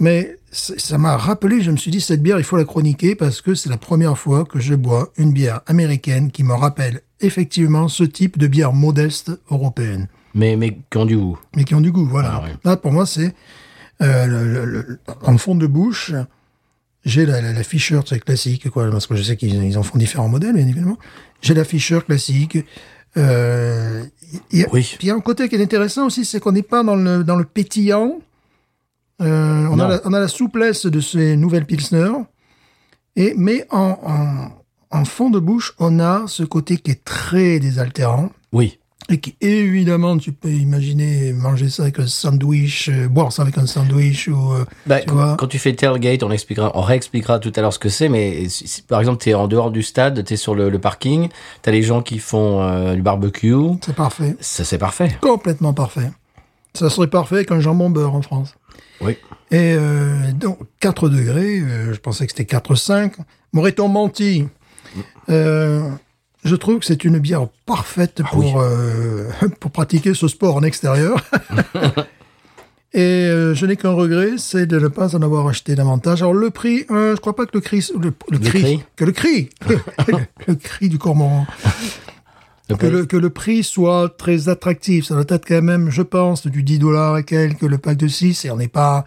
[SPEAKER 2] mais c- ça m'a rappelé, je me suis dit, cette bière, il faut la chroniquer parce que c'est la première fois que je bois une bière américaine qui me rappelle effectivement ce type de bière modeste européenne,
[SPEAKER 1] Mais, mais qui ont du goût.
[SPEAKER 2] mais qui ont du goût. Voilà.
[SPEAKER 1] Ah ouais.
[SPEAKER 2] Là, pour moi, c'est euh, le- le- le- en fond de bouche. J'ai la, la, la Fisher, c'est classique, quoi, parce que je sais qu'ils ils en font différents modèles, bien évidemment. J'ai la Fisher classique. Euh, il y a-
[SPEAKER 1] Oui.
[SPEAKER 2] puis il y a un côté qui est intéressant aussi, c'est qu'on n'est pas dans le, dans le pétillant. Euh, on, a
[SPEAKER 1] Non.
[SPEAKER 2] la, on a la souplesse de ces nouvelles Pilsner. Et, mais en, en, en fond de bouche, on a ce côté qui est très désaltérant.
[SPEAKER 1] Oui.
[SPEAKER 2] Et qui, évidemment, tu peux imaginer manger ça avec un sandwich, euh, boire ça avec un sandwich ou. euh,
[SPEAKER 1] Bah,
[SPEAKER 2] tu vois.
[SPEAKER 1] quand, quand tu fais tailgate, on expliquera, on réexpliquera tout à l'heure ce que c'est, mais si, si, par exemple, t'es en dehors du stade, t'es sur le, le parking, t'as les gens qui font euh, du barbecue,
[SPEAKER 2] C'est parfait.
[SPEAKER 1] ça c'est parfait.
[SPEAKER 2] Complètement parfait. Ça serait parfait avec un jambon beurre en France.
[SPEAKER 1] Oui.
[SPEAKER 2] Et euh, donc, 4 degrés, euh, je pensais que c'était 4,5. M'aurait-on menti
[SPEAKER 1] Mm.
[SPEAKER 2] Euh, Je trouve que c'est une bière parfaite [laughs] pour,
[SPEAKER 1] Ah oui. [laughs]
[SPEAKER 2] euh, pour pratiquer ce sport en extérieur. Et euh, je n'ai qu'un regret, c'est de ne pas en avoir acheté davantage. Alors le prix, euh, je crois pas que le cri, le, le
[SPEAKER 1] Le
[SPEAKER 2] cri,
[SPEAKER 1] cri.
[SPEAKER 2] que
[SPEAKER 1] [laughs]
[SPEAKER 2] le cri, [laughs] le cri du cormoran,
[SPEAKER 1] Le
[SPEAKER 2] que
[SPEAKER 1] prix.
[SPEAKER 2] le, que le prix soit très attractif. Ça doit être quand même, je pense, du 10 dollars et quelques le pack de 6 et on n'est pas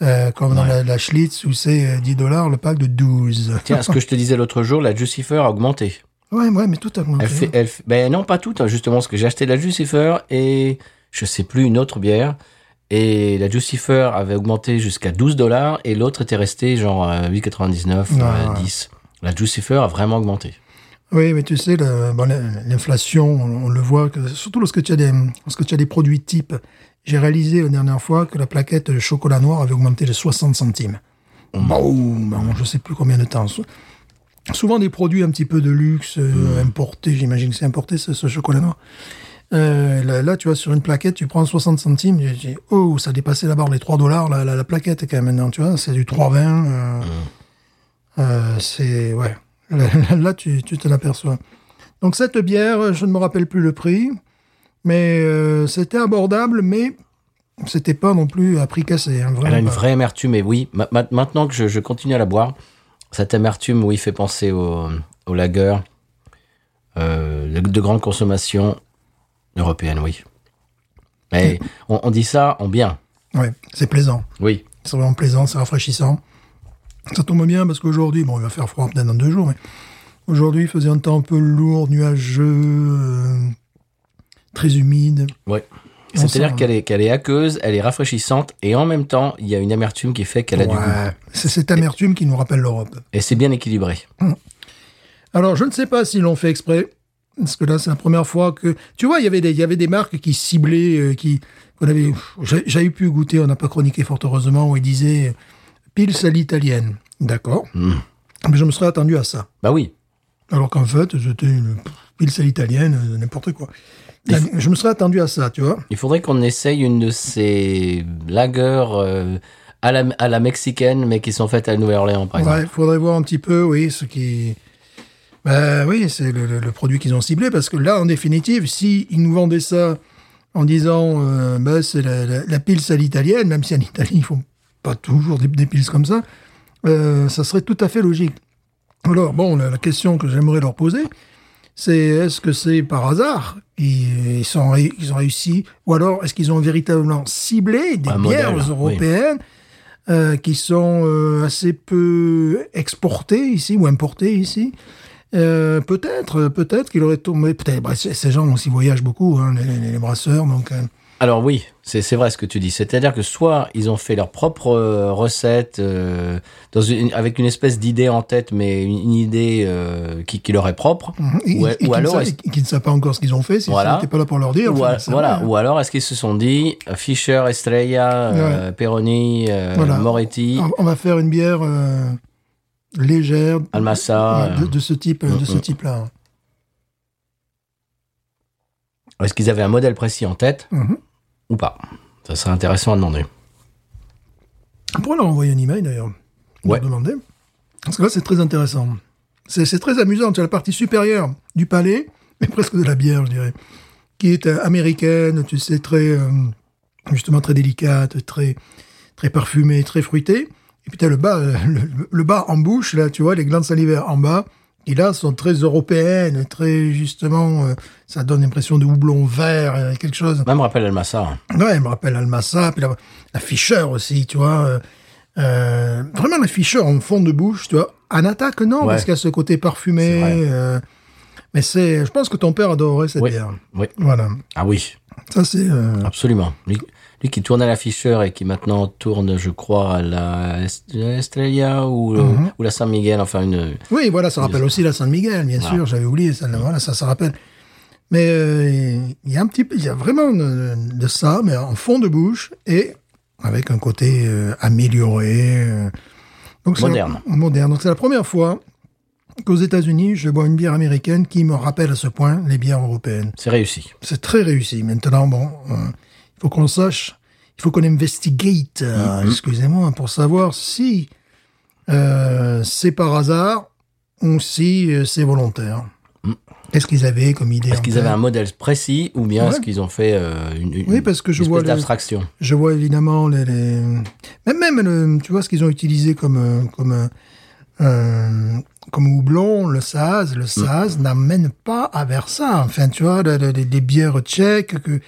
[SPEAKER 2] euh, comme dans la, la Schlitz où c'est euh, 10 dollars le pack de 12.
[SPEAKER 1] Tiens, ce que je te disais l'autre jour, la Jucifer a augmenté.
[SPEAKER 2] Ouais, ouais, mais tout a augmenté.
[SPEAKER 1] Elle fait, elle fait- ben non, pas toutes, hein, justement, parce que j'ai acheté de la Jucifer et je sais plus une autre bière. Et la Jucifer avait augmenté jusqu'à 12 dollars et l'autre était restée genre euh, 8,99, euh,
[SPEAKER 2] Ouais.
[SPEAKER 1] 10. La Jucifer a vraiment augmenté.
[SPEAKER 2] Oui, mais tu sais, le- bon, le- l'inflation, on, on le voit, que, surtout lorsque tu as des, lorsque tu as des produits types. J'ai réalisé la dernière fois que la plaquette de chocolat noir avait augmenté de 60 centimes. Boum, en je sais plus combien de temps. Sou- Souvent des produits un petit peu de luxe, euh, importés, j'imagine que c'est importé ce, ce chocolat noir. Euh, là, là, tu vois, sur une plaquette, tu prends 60 centimes, tu dis, oh, ça dépassait la barre les 3 dollars, la, la, la plaquette quand même maintenant, tu vois, c'est du 3,20. euh, euh, c'est ouais. Là, là, là, tu, tu te l'aperçois. Donc cette bière, je ne me rappelle plus le prix, mais euh, c'était abordable, mais c'était pas non plus à prix cassé. hein, vraiment
[SPEAKER 1] Elle a une
[SPEAKER 2] pas.
[SPEAKER 1] vraie amertume, et oui, ma- ma- maintenant que je, je continue à la boire, cette amertume, oui, fait penser au, au lager euh, de, de grande consommation européenne, oui. Mais on, on dit ça en bien,
[SPEAKER 2] Ouais, c'est plaisant.
[SPEAKER 1] oui.
[SPEAKER 2] C'est vraiment plaisant, c'est rafraîchissant. Ça tombe bien parce qu'aujourd'hui, bon, il va faire froid peut-être dans deux jours, mais aujourd'hui, il faisait un temps un peu lourd, nuageux, euh, très humide.
[SPEAKER 1] Ouais.
[SPEAKER 2] On
[SPEAKER 1] C'est-à-dire
[SPEAKER 2] sent- hein.
[SPEAKER 1] qu'elle est, qu'elle est aqueuse, elle est rafraîchissante, et en même temps, il y a une amertume qui fait qu'elle a du goût.
[SPEAKER 2] Ouais, c'est cette amertume qui nous rappelle l'Europe.
[SPEAKER 1] Et c'est bien équilibré.
[SPEAKER 2] Alors, je ne sais pas s'ils l'ont fait exprès. Parce que là, c'est la première fois que... Tu vois, il y avait des, il y avait des marques qui ciblaient, euh, qui... qu'on avait... j'ai- J'avais pu goûter, on n'a pas chroniqué fort heureusement, où ils disaient euh, « pils à l'italienne ». D'accord.
[SPEAKER 1] Hmm.
[SPEAKER 2] Mais je me serais attendu à ça.
[SPEAKER 1] Bah oui.
[SPEAKER 2] Alors qu'en fait, c'était une pils à l'italienne, euh, n'importe quoi. Là, je me serais attendu à ça, tu vois.
[SPEAKER 1] Il faudrait qu'on essaye une de ces lagers euh, à, la, à la mexicaine, mais qui sont faites à Nouvelle-Orléans, par exemple.
[SPEAKER 2] Ouais, faudrait voir un petit peu, oui, ce qui... Ben oui, c'est le, le- le produit qu'ils ont ciblé, parce que là, en définitive, si ils nous vendaient ça en disant, euh, ben, c'est la, la, la pils à l'italienne, même si en Italie, ils font pas toujours des, des pils comme ça, euh, ça serait tout à fait logique. Alors, bon, la, la question que j'aimerais leur poser, c'est est-ce que c'est par hasard qu'ils ils sont, ré- ils ont réussi, ou alors est-ce qu'ils ont véritablement ciblé des
[SPEAKER 1] Un
[SPEAKER 2] bières
[SPEAKER 1] modèle, oui.
[SPEAKER 2] européennes euh, qui sont euh, assez peu exportées ici ou importées ici. Euh, peut-être, euh, peut-être qu'il aurait tombé. Peut-être, bref, ces- ces gens aussi voyagent beaucoup, hein, les, les- les brasseurs. Donc, euh,
[SPEAKER 1] Alors oui, c'est c'est vrai ce que tu dis. C'est-à-dire que soit ils ont fait leur propre euh, recette euh, dans une- avec une espèce d'idée en tête, mais une, une idée euh, qui, qui leur est propre.
[SPEAKER 2] et-
[SPEAKER 1] Ou,
[SPEAKER 2] et
[SPEAKER 1] ou
[SPEAKER 2] qu'ils ne
[SPEAKER 1] alors,
[SPEAKER 2] savent-
[SPEAKER 1] est-ce-
[SPEAKER 2] et qu'ils ne savent pas encore ce qu'ils ont fait, si
[SPEAKER 1] Voilà.
[SPEAKER 2] n'était pas là pour leur dire.
[SPEAKER 1] ou,
[SPEAKER 2] enfin,
[SPEAKER 1] a-
[SPEAKER 2] c'est
[SPEAKER 1] voilà,
[SPEAKER 2] vrai. hein.
[SPEAKER 1] ou alors est-ce qu'ils se sont dit euh, Fischer, Estrella, euh, Peroni, euh,
[SPEAKER 2] Voilà. Ah.
[SPEAKER 1] Moretti,
[SPEAKER 2] On- On va faire une bière euh, légère
[SPEAKER 1] Almassa.
[SPEAKER 2] Ah, de, de ce type, de ce
[SPEAKER 1] Mm, mm.
[SPEAKER 2] type-là.
[SPEAKER 1] euh, Est-ce qu'ils avaient un modèle précis en tête
[SPEAKER 2] Mhm.
[SPEAKER 1] ou pas Ça serait intéressant à demander.
[SPEAKER 2] On pourrait leur envoyer un email d'ailleurs. Leur
[SPEAKER 1] Ouais.
[SPEAKER 2] demander. Parce que là, c'est très intéressant. C'est c'est très amusant. Tu as la partie supérieure du palais, mais presque de la bière, je dirais, qui est euh, américaine, tu sais, très, euh, justement, très délicate, très, très parfumée, très fruitée. Et puis, tu as le bas, euh, le, le bas en bouche, là, tu vois, les glandes salivaires en bas, qui là sont très européennes, très, justement, euh, ça donne l'impression de houblon vert, euh, quelque chose.
[SPEAKER 1] Même rappel Almassa. hein.
[SPEAKER 2] Ouais, elle me rappelle Almassa, puis la, la Fischer aussi, tu vois. euh, euh, vraiment la Fischer en fond de bouche, tu vois. En attaque, non,
[SPEAKER 1] Ouais.
[SPEAKER 2] parce qu'elle a ce côté
[SPEAKER 1] C'est
[SPEAKER 2] parfumé.
[SPEAKER 1] vrai.
[SPEAKER 2] euh, mais c'est, je pense que ton père adorait cette
[SPEAKER 1] Oui.
[SPEAKER 2] bière.
[SPEAKER 1] Oui.
[SPEAKER 2] Voilà.
[SPEAKER 1] Ah oui,
[SPEAKER 2] Ça, c'est. euh,
[SPEAKER 1] absolument. Lui, lui qui tourne à la Fischer et qui maintenant tourne, je crois, à la Est- Estrella ou, le-
[SPEAKER 2] Mhm.
[SPEAKER 1] ou la San Miguel, enfin une,
[SPEAKER 2] Oui, voilà, ça rappelle aussi la San Miguel, bien sûr. J'avais oublié ça. Voilà, ça, ça rappelle. Mais euh, il y a un petit peu, il y a vraiment de, de ça, mais en fond de bouche et avec un côté euh, amélioré. euh. Donc, c'est-
[SPEAKER 1] Moderne.
[SPEAKER 2] moderne. Donc c'est la première fois qu'aux États-Unis, je bois une bière américaine qui me rappelle à ce point les bières européennes.
[SPEAKER 1] C'est réussi.
[SPEAKER 2] C'est très réussi. Maintenant, bon, euh, il faut qu'on sache, il faut qu'on investigate, euh,
[SPEAKER 1] Mm-hmm.
[SPEAKER 2] excusez-moi, pour savoir si euh, c'est par hasard ou si euh, c'est volontaire. Est-ce qu'ils avaient comme idée
[SPEAKER 1] Mm. Est-ce
[SPEAKER 2] en
[SPEAKER 1] qu'ils
[SPEAKER 2] tête
[SPEAKER 1] avaient un modèle précis ou bien
[SPEAKER 2] Ouais.
[SPEAKER 1] est-ce qu'ils ont fait euh, une, une,
[SPEAKER 2] Oui, parce que je
[SPEAKER 1] une
[SPEAKER 2] vois
[SPEAKER 1] espèce
[SPEAKER 2] les-
[SPEAKER 1] d'abstraction
[SPEAKER 2] Je vois évidemment les, les- même même le- tu vois ce qu'ils ont utilisé comme euh, comme euh, euh, comme houblon, le Saz, le Saz n'amène pas à vers ça. Enfin, tu vois, les, les- les bières tchèques, que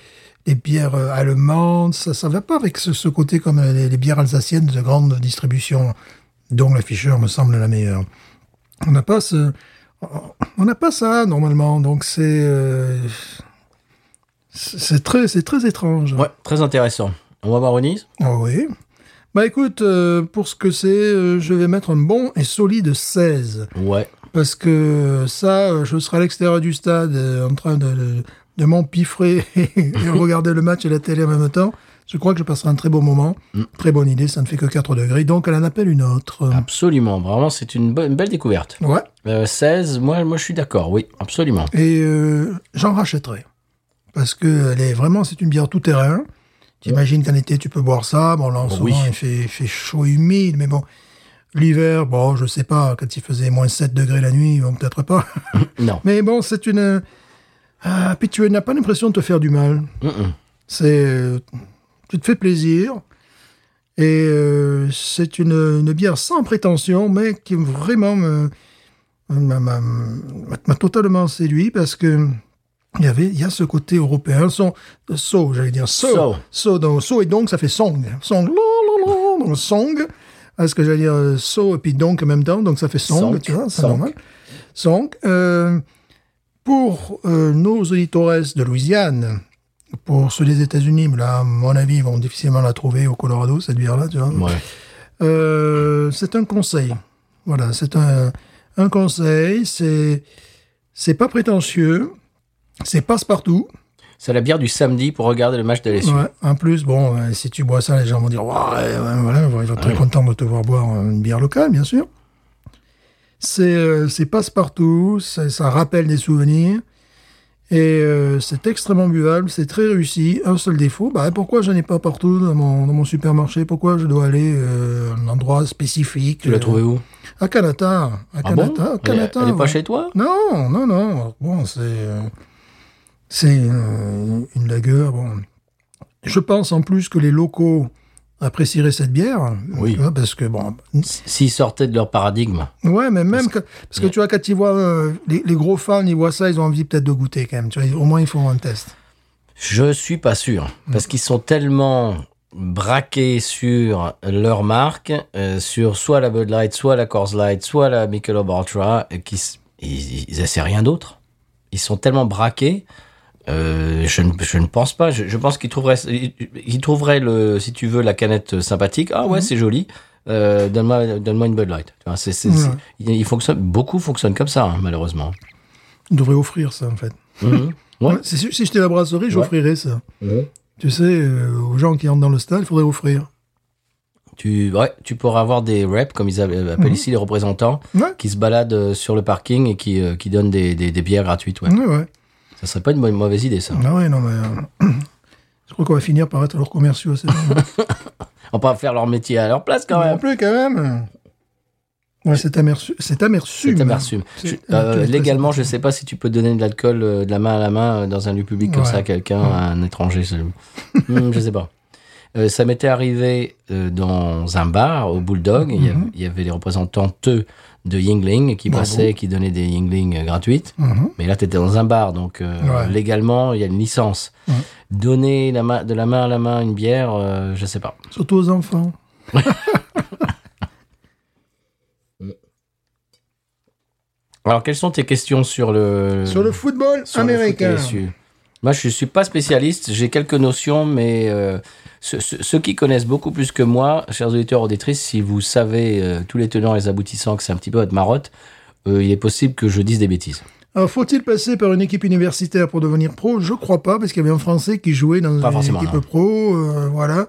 [SPEAKER 2] les bières euh, allemandes, ça ça va pas avec ce, ce côté comme euh, les, les bières alsaciennes de grande distribution, dont la Fischer me semble la meilleure. On n'a pas ce, on n'a pas ça normalement, donc c'est euh, c'est c'est très c'est très étrange.
[SPEAKER 1] Ouais, très intéressant. On va voir au Nice
[SPEAKER 2] Ah oui. Bah écoute, euh, pour ce que c'est, euh, je vais mettre un bon et solide 16.
[SPEAKER 1] Ouais.
[SPEAKER 2] Parce que ça, euh, je serai à l'extérieur du stade euh, en train de, de, de m'empiffrer [laughs] et regarder le match à la télé en même temps. Je crois que je passerai un très beau moment. Très bonne idée, ça ne fait que 4 degrés. Donc elle en appelle une autre.
[SPEAKER 1] Ah. Absolument. Vraiment, c'est une, bonne- une belle découverte.
[SPEAKER 2] Ouais.
[SPEAKER 1] Euh, 16, moi, moi je suis d'accord, oui, absolument.
[SPEAKER 2] Et euh, j'en rachèterai. Parce que elle est vraiment, c'est une bière tout terrain. T'imagines qu'en été, tu peux boire ça. Bon, là, en
[SPEAKER 1] Oh,
[SPEAKER 2] ce
[SPEAKER 1] oui.
[SPEAKER 2] moment, il fait, il fait chaud et humide, mais bon. L'hiver, bon, je sais pas, quand il faisait moins 7 degrés la nuit, bon, peut-être pas. [laughs]
[SPEAKER 1] Non.
[SPEAKER 2] mais bon, c'est une. euh, Ah, puis tu n'as pas l'impression de te faire du mal.
[SPEAKER 1] Mm-mm.
[SPEAKER 2] C'est. euh, Tu te fais plaisir. Et euh, c'est une, une bière sans prétention, mais qui vraiment me- m'a m'a- m'a- m'a totalement séduit parce que. Il y avait, il y a ce côté européen, son, so, j'allais dire so,
[SPEAKER 1] So.
[SPEAKER 2] so, donc, so et donc ça fait song, song, lo, lo, lo, donc song, Ah, ce que j'allais dire euh, so et puis donc en même temps, donc ça fait song,
[SPEAKER 1] Song,
[SPEAKER 2] tu vois, c'est
[SPEAKER 1] song.
[SPEAKER 2] normal, song. Euh, pour euh, nos auditores de Louisiane, pour ceux des États-Unis, mais là, à mon avis, ils vont difficilement la trouver au Colorado, cette bière-là, tu vois.
[SPEAKER 1] Ouais.
[SPEAKER 2] Euh, c'est un conseil. Voilà, c'est un, un conseil. C'est, c'est pas prétentieux. C'est passe-partout.
[SPEAKER 1] C'est la bière du samedi pour regarder le match de l'SU.
[SPEAKER 2] Ouais, en plus, bon, euh, si tu bois ça, les gens vont dire, ouais, ouais, voilà, ils vont être très contents de te voir boire une bière locale, bien sûr. C'est, euh, c'est passe-partout, c'est- ça rappelle des souvenirs. Et euh, c'est extrêmement buvable, c'est très réussi. Un seul défaut, bah, pourquoi je n'ai pas partout dans mon, dans mon supermarché Pourquoi je dois aller euh, à un endroit spécifique euh,
[SPEAKER 1] Tu l'as trouvé où
[SPEAKER 2] À Canada. À
[SPEAKER 1] Ah bon
[SPEAKER 2] Canada. à
[SPEAKER 1] Elle,
[SPEAKER 2] Canada,
[SPEAKER 1] elle est pas
[SPEAKER 2] ouais.
[SPEAKER 1] chez toi
[SPEAKER 2] Non, non, non. Bon, c'est euh, c'est euh, une lagueur. Bon, je pense en plus que les locaux apprécieraient cette bière.
[SPEAKER 1] Oui.
[SPEAKER 2] Tu vois, parce que bon,
[SPEAKER 1] S'ils sortaient de leur paradigme.
[SPEAKER 2] ouais, mais même que, parce que tu vois quand ils voient euh, les, les gros fans, ils voient ça, ils ont envie peut-être de goûter quand même. Tu vois, au moins ils font un test.
[SPEAKER 1] Je suis pas sûr. Parce qu'ils sont tellement braqués sur leur marque, euh, sur soit la Bud Light, soit la Coors Light, soit la Michelob Ultra, euh, qu'ils s- ils, ils essaient rien d'autre. Ils sont tellement braqués. euh, je, ne, je ne pense pas. Je, je pense qu'ils trouveraient, ils, ils trouveraient le, si tu veux, la canette sympathique. Ah ouais, c'est joli. Euh, donne-moi, donne-moi une Bud Light. Tu vois, c'est- c'est- c'est-
[SPEAKER 2] Ouais.
[SPEAKER 1] ils- ils fonctionnent- beaucoup fonctionnent comme ça, hein, malheureusement.
[SPEAKER 2] Ils devraient offrir ça en fait.
[SPEAKER 1] Mhm. Ouais.
[SPEAKER 2] Ouais, si, si j'étais à la brasserie, j'offrirais ça. Tu sais, euh, aux gens qui entrent dans le stade, il faudrait offrir.
[SPEAKER 1] Tu, ouais, tu pourras avoir des reps, comme ils a- appellent ici les représentants,
[SPEAKER 2] Mhm. Ouais.
[SPEAKER 1] qui se baladent euh, sur le parking et qui, euh, qui donnent des, des, des bières gratuites. Ouais.
[SPEAKER 2] Ouais, ouais.
[SPEAKER 1] Ça serait pas une bonne- mauvaise idée, ça.
[SPEAKER 2] Ah ouais, non mais. euh, [clears throat] Je crois qu'on va finir par être leurs commerciaux. C'est bon.
[SPEAKER 1] On peut faire leur métier à leur place, quand
[SPEAKER 2] Non
[SPEAKER 1] même.
[SPEAKER 2] plus, quand même. Ouais, c'est amersu- c'est amertume.
[SPEAKER 1] C'est amertume.
[SPEAKER 2] C'est-
[SPEAKER 1] Je-
[SPEAKER 2] euh,
[SPEAKER 1] euh,
[SPEAKER 2] très- très
[SPEAKER 1] légalement, je
[SPEAKER 2] sympathique.
[SPEAKER 1] sais pas si tu peux donner de l'alcool euh, de la main à la main euh, dans un lieu public comme
[SPEAKER 2] Ouais.
[SPEAKER 1] ça à quelqu'un, à un étranger. c'est- Hmm, je sais pas. Euh, ça m'était arrivé euh, dans un bar au Bulldog. Il y avait- Il y avait les représentants de Yingling qui
[SPEAKER 2] Mhm. Bravo.
[SPEAKER 1] passaient, qui donnaient des Yingling euh, gratuites.
[SPEAKER 2] Mhm.
[SPEAKER 1] Mais là, tu étais dans un bar, donc euh,
[SPEAKER 2] Ouais.
[SPEAKER 1] légalement, il y a une licence.
[SPEAKER 2] Ouais.
[SPEAKER 1] Donner la main, de la main à la main une bière, euh, je sais pas.
[SPEAKER 2] Surtout aux enfants.
[SPEAKER 1] Alors, quelles sont tes questions sur le,
[SPEAKER 2] Sur le football
[SPEAKER 1] Euh, sur le foot
[SPEAKER 2] américain.
[SPEAKER 1] LSU? Moi, je suis pas spécialiste, j'ai quelques notions, mais euh, ce- ce- ceux qui connaissent beaucoup plus que moi, chers auditeurs auditrices, si vous savez euh, tous les tenants et les aboutissants que c'est un petit peu votre marotte, euh, il est possible que je dise des bêtises.
[SPEAKER 2] Alors, faut-il passer par une équipe universitaire pour devenir pro Je crois pas, parce qu'il y avait un Français qui jouait dans
[SPEAKER 1] Pas
[SPEAKER 2] une
[SPEAKER 1] forcément,
[SPEAKER 2] équipe
[SPEAKER 1] non.
[SPEAKER 2] pro. euh, voilà.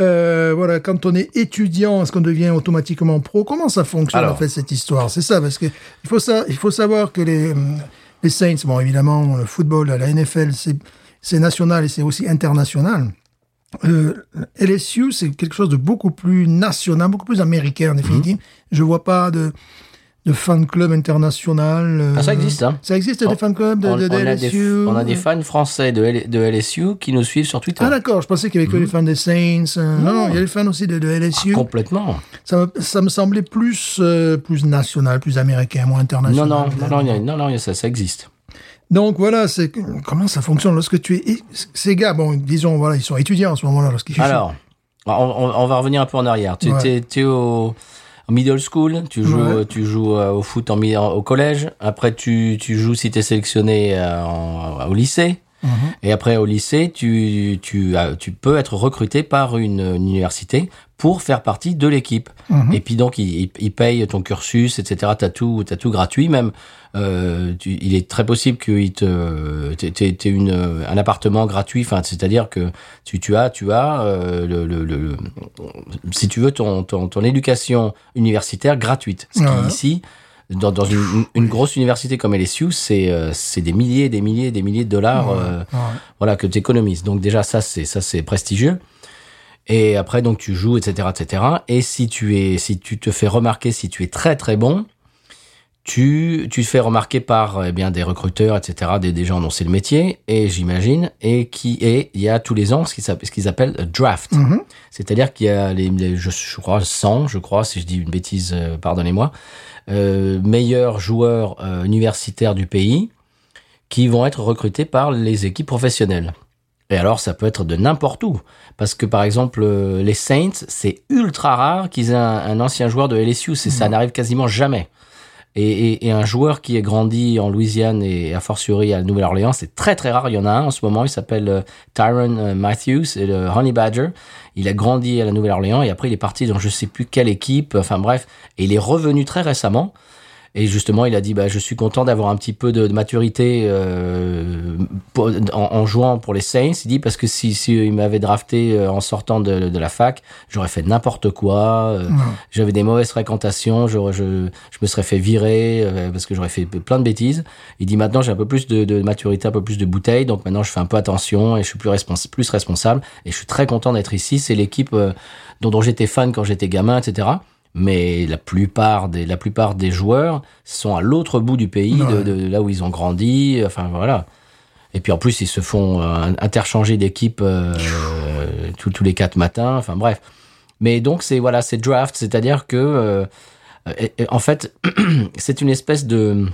[SPEAKER 2] Euh, voilà, quand on est étudiant, est-ce qu'on devient automatiquement pro Comment ça fonctionne
[SPEAKER 1] Alors.
[SPEAKER 2] en fait cette histoire C'est ça, parce que il faut ça, il faut savoir que les hum, les Saints, bon évidemment le football, la NFL, c'est c'est national et c'est aussi international. Euh, LSU, c'est quelque chose de beaucoup plus national, beaucoup plus américain en définitive. Je vois pas de de fan club international. euh,
[SPEAKER 1] Ah, ça existe, hein.
[SPEAKER 2] Ça existe des
[SPEAKER 1] On-
[SPEAKER 2] fan clubs de,
[SPEAKER 1] on,
[SPEAKER 2] de- de
[SPEAKER 1] on a des,
[SPEAKER 2] LSU.
[SPEAKER 1] on a des fans français de, L- de LSU qui nous suivent sur Twitter.
[SPEAKER 2] Ah d'accord, je pensais qu'il y avait que les fans des Saints. euh, non, non, il y a les fans aussi de, de LSU.
[SPEAKER 1] Ah, Complètement.
[SPEAKER 2] ça, me, ça me semblait plus, euh, plus national, plus américain, moins
[SPEAKER 1] Non,
[SPEAKER 2] international.
[SPEAKER 1] non, non, non, il y a- non, non, il y a- ça, ça existe.
[SPEAKER 2] Donc voilà, c'est comment ça fonctionne lorsque tu es ces gars. Bon, disons voilà, ils sont étudiants en ce moment-là lorsqu'ils
[SPEAKER 1] Alors, on, on- on va revenir un peu en arrière. Tu
[SPEAKER 2] Ouais.
[SPEAKER 1] t'es- t'es au au middle school, tu joues,
[SPEAKER 2] Ouais.
[SPEAKER 1] tu joues euh, au foot en, mi- en- au collège. Après, tu, tu joues si tu es sélectionné euh, en- au lycée.
[SPEAKER 2] Mhm.
[SPEAKER 1] Et après, au lycée, tu, tu, as- tu peux être recruté par une, une université pour faire partie de l'équipe.
[SPEAKER 2] Mhm.
[SPEAKER 1] Et puis donc, ils il, payent ton cursus, etc. T'as tout, t'as tout gratuit même. Euh, tu- il est très possible que te, t'aies- t'aies- t'aies une, un appartement gratuit. Enfin, c'est-à-dire que tu, tu as, tu as, euh, le, le- le- le- si tu veux, ton, ton, ton éducation universitaire gratuite. Ce qui
[SPEAKER 2] Ouais.
[SPEAKER 1] ici, dans, dans une, une- une grosse université comme LSU, c'est euh, c'est des milliers, des milliers, des milliers de dollars. euh,
[SPEAKER 2] Ouais.
[SPEAKER 1] voilà que tu économises. Donc déjà ça c'est ça c'est prestigieux. Et après donc tu joues etc etc. Et si tu es si tu te fais remarquer si tu es très très bon, tu tu te fais remarquer par eh bien des recruteurs etc des, des gens dont c'est le métier et j'imagine et qui et il y a tous les ans ce qu'ils s'appellent- ce qu'ils appellent a draft.
[SPEAKER 2] Mhm.
[SPEAKER 1] C'est-à-dire qu'il y a les, les- je, je crois 100 je crois si je dis une bêtise euh, pardonnez-moi euh, meilleurs joueurs euh, universitaires du pays qui vont être recrutés par les équipes professionnelles. Et alors, ça peut être de n'importe où. Parce que, par exemple, euh, les Saints, c'est ultra rare qu'ils aient un, un ancien joueur de LSU. C'est, Ça n'arrive quasiment jamais. Et, et- et un joueur qui est grandi en Louisiane et a fortiori à Nouvelle-Orléans, c'est très très rare. Il y en a un en ce moment, il s'appelle euh, Tyron euh, Matthews, c'est le Honey Badger. Il a grandi à la Nouvelle-Orléans et après il est parti dans je sais plus quelle équipe, enfin bref. Et il est revenu très récemment. Et justement, il a dit bah, Je suis content d'avoir un petit peu de, de maturité euh, pour- en, en jouant pour les Saints. Il dit Parce que si, si il m'avait drafté euh, en sortant de, de la fac, j'aurais fait n'importe quoi. euh,
[SPEAKER 2] Mhm.
[SPEAKER 1] J'avais des mauvaises fréquentations. j'aurais- Je, je me serais fait virer euh, parce que j'aurais fait plein de bêtises. Il dit Maintenant, j'ai un peu plus de, de maturité, un peu plus de bouteilles. Donc maintenant, je fais un peu attention et je suis plus, respons- plus responsable. Et je suis très content d'être ici. C'est l'équipe euh, dont, dont j'étais fan quand j'étais gamin, etc. Mais la plupart des, la plupart des joueurs sont à l'autre bout du pays, de,
[SPEAKER 2] Ouais.
[SPEAKER 1] de- de là où ils ont grandi. Enfin, voilà. Et puis en plus, ils se font euh, interchanger d'équipe euh, euh, tous- tous les quatre matins. Enfin, bref. Mais donc, c'est voilà, c'est draft, c'est-à-dire que. euh, et- et en fait, c'est une espèce de,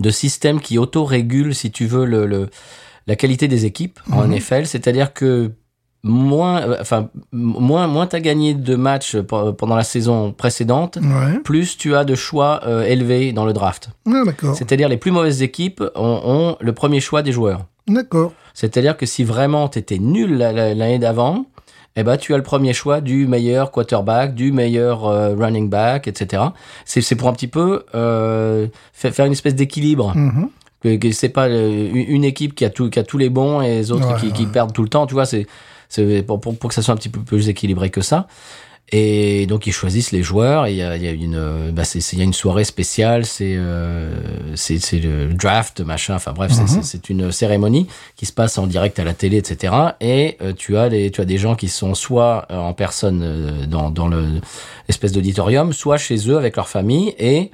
[SPEAKER 1] de système qui autorégule, si tu veux, le, le- la qualité des équipes en NFL. C'est-à-dire que moins, euh, enfin, m- moins, moins tu as gagné de matchs pe- pendant la saison précédente,
[SPEAKER 2] Ouais.
[SPEAKER 1] plus tu as de choix euh, élevés dans le draft.
[SPEAKER 2] Ah, d'accord.
[SPEAKER 1] C'est-à-dire les plus mauvaises équipes ont, ont le premier choix des joueurs.
[SPEAKER 2] D'accord.
[SPEAKER 1] C'est-à-dire que si vraiment tu étais nul la- la- l'année d'avant, eh ben, tu as le premier choix du meilleur quarterback, du meilleur euh, running back, etc. C'est c'est pour un petit peu euh, fa- faire une espèce d'équilibre.
[SPEAKER 2] Mhm.
[SPEAKER 1] Que- que C'est pas euh, une une équipe qui a, tout, qui a tous les bons et les autres
[SPEAKER 2] Ouais,
[SPEAKER 1] qui, qui
[SPEAKER 2] ouais.
[SPEAKER 1] perdent tout le temps. Tu vois, c'est c'est pour, pour, pour que ça soit un petit peu plus équilibré que ça. Et donc ils choisissent les joueurs. et Il y a, il y a une, euh, bah, c'est- c'est- il y a une soirée spéciale. C'est euh, c'est c'est le draft machin. Enfin bref, c'est-
[SPEAKER 2] Mhm.
[SPEAKER 1] c'est c'est une cérémonie qui se passe en direct à la télé, etc. Et euh, tu as les, tu as des gens qui sont soit euh, en personne euh, dans dans le espèce d'auditorium, soit chez eux avec leur famille et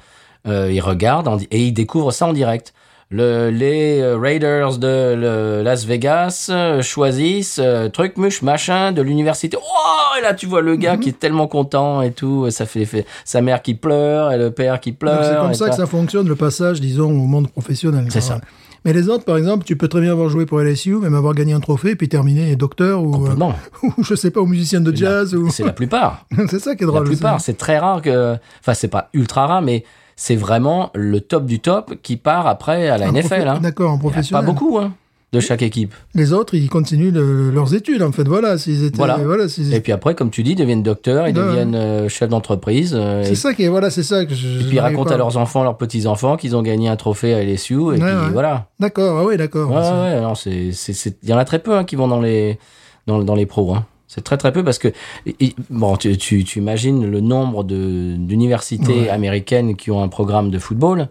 [SPEAKER 1] euh, ils regardent en di- et ils découvrent ça en direct. Le, les euh, Raiders de le- Las Vegas euh, choisissent euh, truc muche machin de l'université. Oh, et là tu vois le gars
[SPEAKER 2] Mhm.
[SPEAKER 1] qui est tellement content et tout, ça fait, fait- sa mère qui pleure et le père qui
[SPEAKER 2] Donc,
[SPEAKER 1] pleure.
[SPEAKER 2] C'est comme
[SPEAKER 1] et
[SPEAKER 2] ça que
[SPEAKER 1] t'as-
[SPEAKER 2] ça fonctionne, le passage, disons, au monde professionnel.
[SPEAKER 1] C'est
[SPEAKER 2] quoi.
[SPEAKER 1] ça.
[SPEAKER 2] Mais les autres, par exemple, tu peux très bien avoir joué pour LSU, même avoir gagné un trophée, puis terminer docteur ou, euh,
[SPEAKER 1] Complètement.
[SPEAKER 2] [laughs] ou je sais pas, ou musicien de jazz. Ou...
[SPEAKER 1] C'est la plupart.
[SPEAKER 2] [laughs] C'est ça qui est drôle.
[SPEAKER 1] La plupart, c'est très rare que. Enfin, c'est pas ultra rare, mais c'est vraiment le top du top qui part après à la
[SPEAKER 2] Un
[SPEAKER 1] NFL.
[SPEAKER 2] profi-
[SPEAKER 1] Hein.
[SPEAKER 2] D'accord,
[SPEAKER 1] Il
[SPEAKER 2] en
[SPEAKER 1] y en a
[SPEAKER 2] professionnel.
[SPEAKER 1] Pas beaucoup hein, de chaque équipe.
[SPEAKER 2] Les autres, ils continuent le- leurs études, en fait. Voilà, s'ils étaient.
[SPEAKER 1] Voilà.
[SPEAKER 2] s'ils
[SPEAKER 1] Et puis après, comme tu dis, ils deviennent docteurs, ils
[SPEAKER 2] Mm. Ouais.
[SPEAKER 1] deviennent euh, chefs d'entreprise. euh,
[SPEAKER 2] C'est
[SPEAKER 1] et
[SPEAKER 2] ça qui est, voilà, c'est ça que je.
[SPEAKER 1] puis ils racontent à leurs enfants, leurs petits-enfants qu'ils ont gagné un trophée à LSU. Et
[SPEAKER 2] Ouais,
[SPEAKER 1] puis
[SPEAKER 2] ouais.
[SPEAKER 1] voilà.
[SPEAKER 2] D'accord, ah oui, d'accord.
[SPEAKER 1] Ouais,
[SPEAKER 2] C'est-
[SPEAKER 1] ouais, ouais, non, c'est, c'est, c'est- il y en a très peu hein, qui vont dans les, dans, dans les pros. hein. C'est très très peu parce que et- et- bon, tu, tu, tu imagines le nombre de, d'universités américaines qui ont un programme de football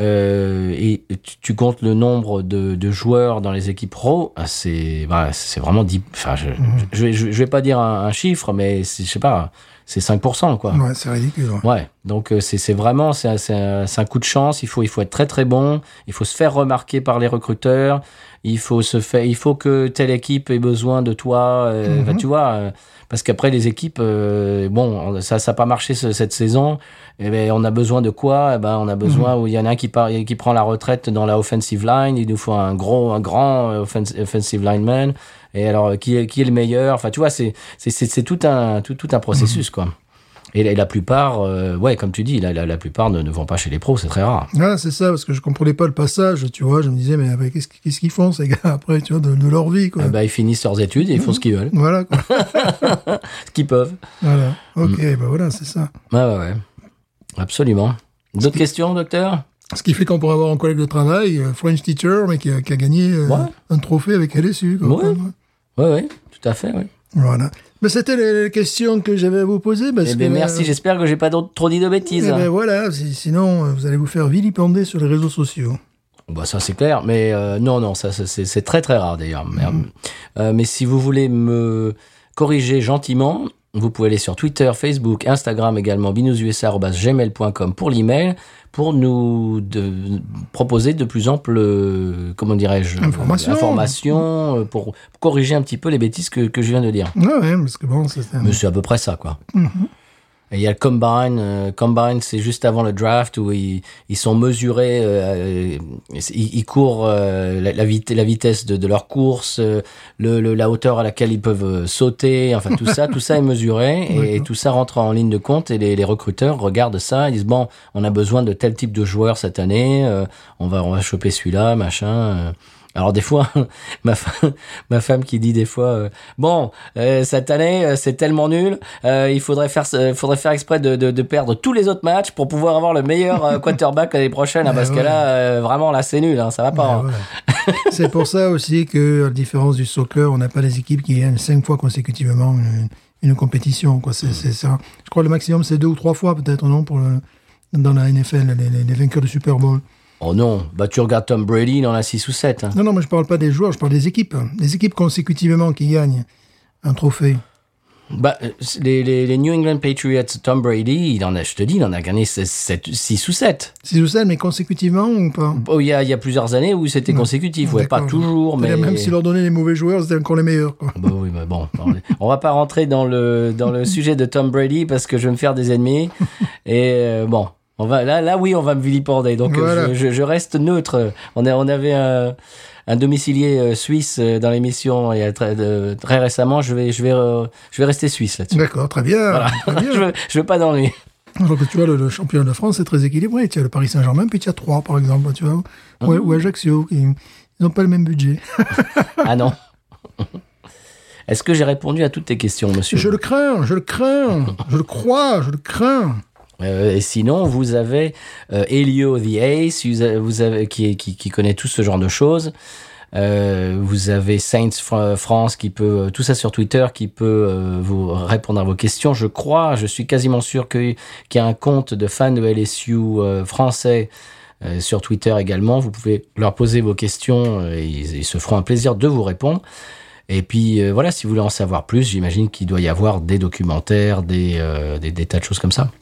[SPEAKER 1] euh, et tu, tu comptes le nombre de, de joueurs dans les équipes pro. ah,
[SPEAKER 2] Mm.
[SPEAKER 1] C'est, bah, c'est vraiment dix- Enfin, je, je, je, je vais pas dire un, un chiffre, mais c'est- je sais pas. c'est 5%, quoi.
[SPEAKER 2] Ouais, c'est ridicule. ouais.
[SPEAKER 1] Ouais, donc euh, c'est c'est vraiment c'est un- c'est un, c'est un coup de chance. Il faut il faut être très très bon. Il faut se faire remarquer par les recruteurs. Il faut se faire, il faut que telle équipe ait besoin de toi. euh, bah, tu vois, euh, parce qu'après les équipes, euh, bon, ça ça a pas marché ce- cette saison. Et ben on a besoin de quoi Eh ben on a besoin où il y en a un qui part, qui prend la retraite dans la offensive line. Il nous faut un gros, un grand euh, offens- offensive lineman. Et alors euh, qui est qui est le meilleur Enfin tu vois, c'est c'est c'est c'est tout un tout tout un processus quoi. Et la, la plupart, euh, ouais, comme tu dis, la, la, la plupart ne, ne vont pas chez les pros, c'est très rare.
[SPEAKER 2] Voilà, c'est ça, parce que je comprenais pas le passage, tu vois. Je me disais, mais après, qu'est-ce qu'ils qu'est-ce qu'ils font, ces gars, après, tu vois, de, de leur vie, quoi.
[SPEAKER 1] Ah bah, ils finissent leurs études et ils font
[SPEAKER 2] Mhm.
[SPEAKER 1] ce qu'ils veulent,
[SPEAKER 2] Voilà, quoi.
[SPEAKER 1] ce qu'ils peuvent.
[SPEAKER 2] voilà.
[SPEAKER 1] Mm.
[SPEAKER 2] Ok, bah voilà, c'est ça.
[SPEAKER 1] Ouais, ouais, ouais. Absolument. D'autres questions, docteur
[SPEAKER 2] Ce qui fait qu'on pourrait avoir un collègue de travail, euh, French teacher, mais qui a, qui a gagné euh,
[SPEAKER 1] Ouais.
[SPEAKER 2] un trophée avec LSU, quoi.
[SPEAKER 1] Ouais. Ouais, ouais, tout à fait, ouais.
[SPEAKER 2] Voilà. Mais c'était les, les questions que j'avais à vous poser. Parce
[SPEAKER 1] Eh
[SPEAKER 2] que,
[SPEAKER 1] bien, merci,
[SPEAKER 2] euh,
[SPEAKER 1] j'espère que j'ai pas d'autres- trop dit de
[SPEAKER 2] eh
[SPEAKER 1] bêtises. hein.
[SPEAKER 2] ben voilà, si- sinon, euh, vous allez vous faire vilipender sur les réseaux sociaux.
[SPEAKER 1] Bah ça c'est clair, mais euh, non non ça ça, c'est c'est très très rare d'ailleurs. Mais, euh, mais si vous voulez me corriger gentiment, vous pouvez aller sur Twitter, Facebook, Instagram également binoususa@gmail.com pour l'email pour nous de- proposer de plus ample euh, comment dirais-je
[SPEAKER 2] Information.
[SPEAKER 1] information, euh, pour corriger un petit peu les bêtises que, que je viens de dire.
[SPEAKER 2] Ouais, Ah ouais, parce que Ah bon, Mm-hmm. c'est un...
[SPEAKER 1] Mais c'est à peu près ça, quoi. Et il y a le combine. euh, combine, c'est juste avant le draft où ils, ils sont mesurés, euh, ils, ils courent euh, la, la vite- la vitesse de, de leur course, euh, le, le- la hauteur à laquelle ils peuvent euh, sauter. Enfin, tout ça, tout ça est mesuré
[SPEAKER 2] [laughs]
[SPEAKER 1] et,
[SPEAKER 2] D'accord.
[SPEAKER 1] tout ça rentre en ligne de compte. Et les, les recruteurs regardent ça, ils disent bon, on a besoin de tel type de joueur cette année. euh, on va, on va choper celui-là, machin. euh. Alors des fois, ma, fa- ma femme [laughs] qui dit des fois, euh, bon, euh, cette année euh, c'est tellement nul, euh, il faudrait faire, ce- faudrait faire exprès de, de, de perdre tous les autres matchs pour pouvoir avoir le meilleur
[SPEAKER 2] [laughs]
[SPEAKER 1] euh, quarterback l'année prochaine, hein,
[SPEAKER 2] Ouais,
[SPEAKER 1] parce que
[SPEAKER 2] Eh ouais. Eh
[SPEAKER 1] là euh, vraiment là c'est nul, hein, ça va pas. hein.
[SPEAKER 2] Ouais, Ah, ben voilà. c'est pour ça aussi que, à la différence du soccer, on n'a pas des équipes qui gagnent cinq fois consécutivement une, une compétition. Quoi. C'est, c'est ça. Je crois que le maximum, c'est deux ou trois fois, peut-être, non, pour le- dans la NFL, les, les- les vainqueurs du Super Bowl.
[SPEAKER 1] Oh non, bah tu regardes Tom Brady, il en a 6 ou hein. 7
[SPEAKER 2] Non, non, moi, je parle pas des joueurs, je parle des équipes. Des équipes consécutivement qui gagnent un trophée.
[SPEAKER 1] Bah euh, les, les, les New England Patriots, Tom Brady, il en a, je te dis, il en a gagné 6 ou 7
[SPEAKER 2] C'est ou ça, mais consécutivement ou pas
[SPEAKER 1] Oh, il y a, il y a plusieurs années où c'était consécutif, ouais, pas
[SPEAKER 2] D'accord.
[SPEAKER 1] toujours, mais
[SPEAKER 2] C'est-à-dire, Même si leur donnait les mauvais joueurs, c'était encore les meilleurs. Quoi.
[SPEAKER 1] Bah oui, mais bon, on- on va pas rentrer dans le dans le sujet de Tom Brady parce que je vais me faire des ennemis. Et euh, bon, on va là là oui, on va me vilipender. Donc euh,
[SPEAKER 2] Voilà.
[SPEAKER 1] je, je- je reste neutre. On a on avait un, un domicilié euh, suisse euh, dans l'émission il y a très, de- très récemment. Je vais je vais euh, je vais rester suisse là-dessus.
[SPEAKER 2] D'accord, très bien. Bah, Très
[SPEAKER 1] [laughs]
[SPEAKER 2] bien.
[SPEAKER 1] je veux je veux pas d'ennui.
[SPEAKER 2] Alors que tu vois, le, le championnat de France, c'est très équilibré. Tu as le Paris Saint-Germain, puis tu as Troyes, par exemple, tu vois. Ou, ou Ajaccio, qui- ils n'ont pas le même budget.
[SPEAKER 1] Ah non. Est-ce que j'ai répondu à toutes tes questions, monsieur
[SPEAKER 2] Je le crains, je le crains, je le crois, je le crains.
[SPEAKER 1] Euh, et sinon, vous avez euh, Elio the Ace, vous avez, vous avez- qui, qui, qui connaît tout ce genre de choses. Euh, vous avez Saints Fr- France qui peut, euh, tout ça sur Twitter, qui peut euh, vous répondre à vos questions. Je crois, je suis quasiment sûr que- qu'il y a un compte de fans de LSU euh, français euh, sur Twitter également. Vous pouvez leur poser vos questions euh, et ils, ils se feront un plaisir de vous répondre. Et puis euh, voilà, si vous voulez en savoir plus, j'imagine qu'il doit y avoir des documentaires, des, euh, des, des tas de choses comme ça.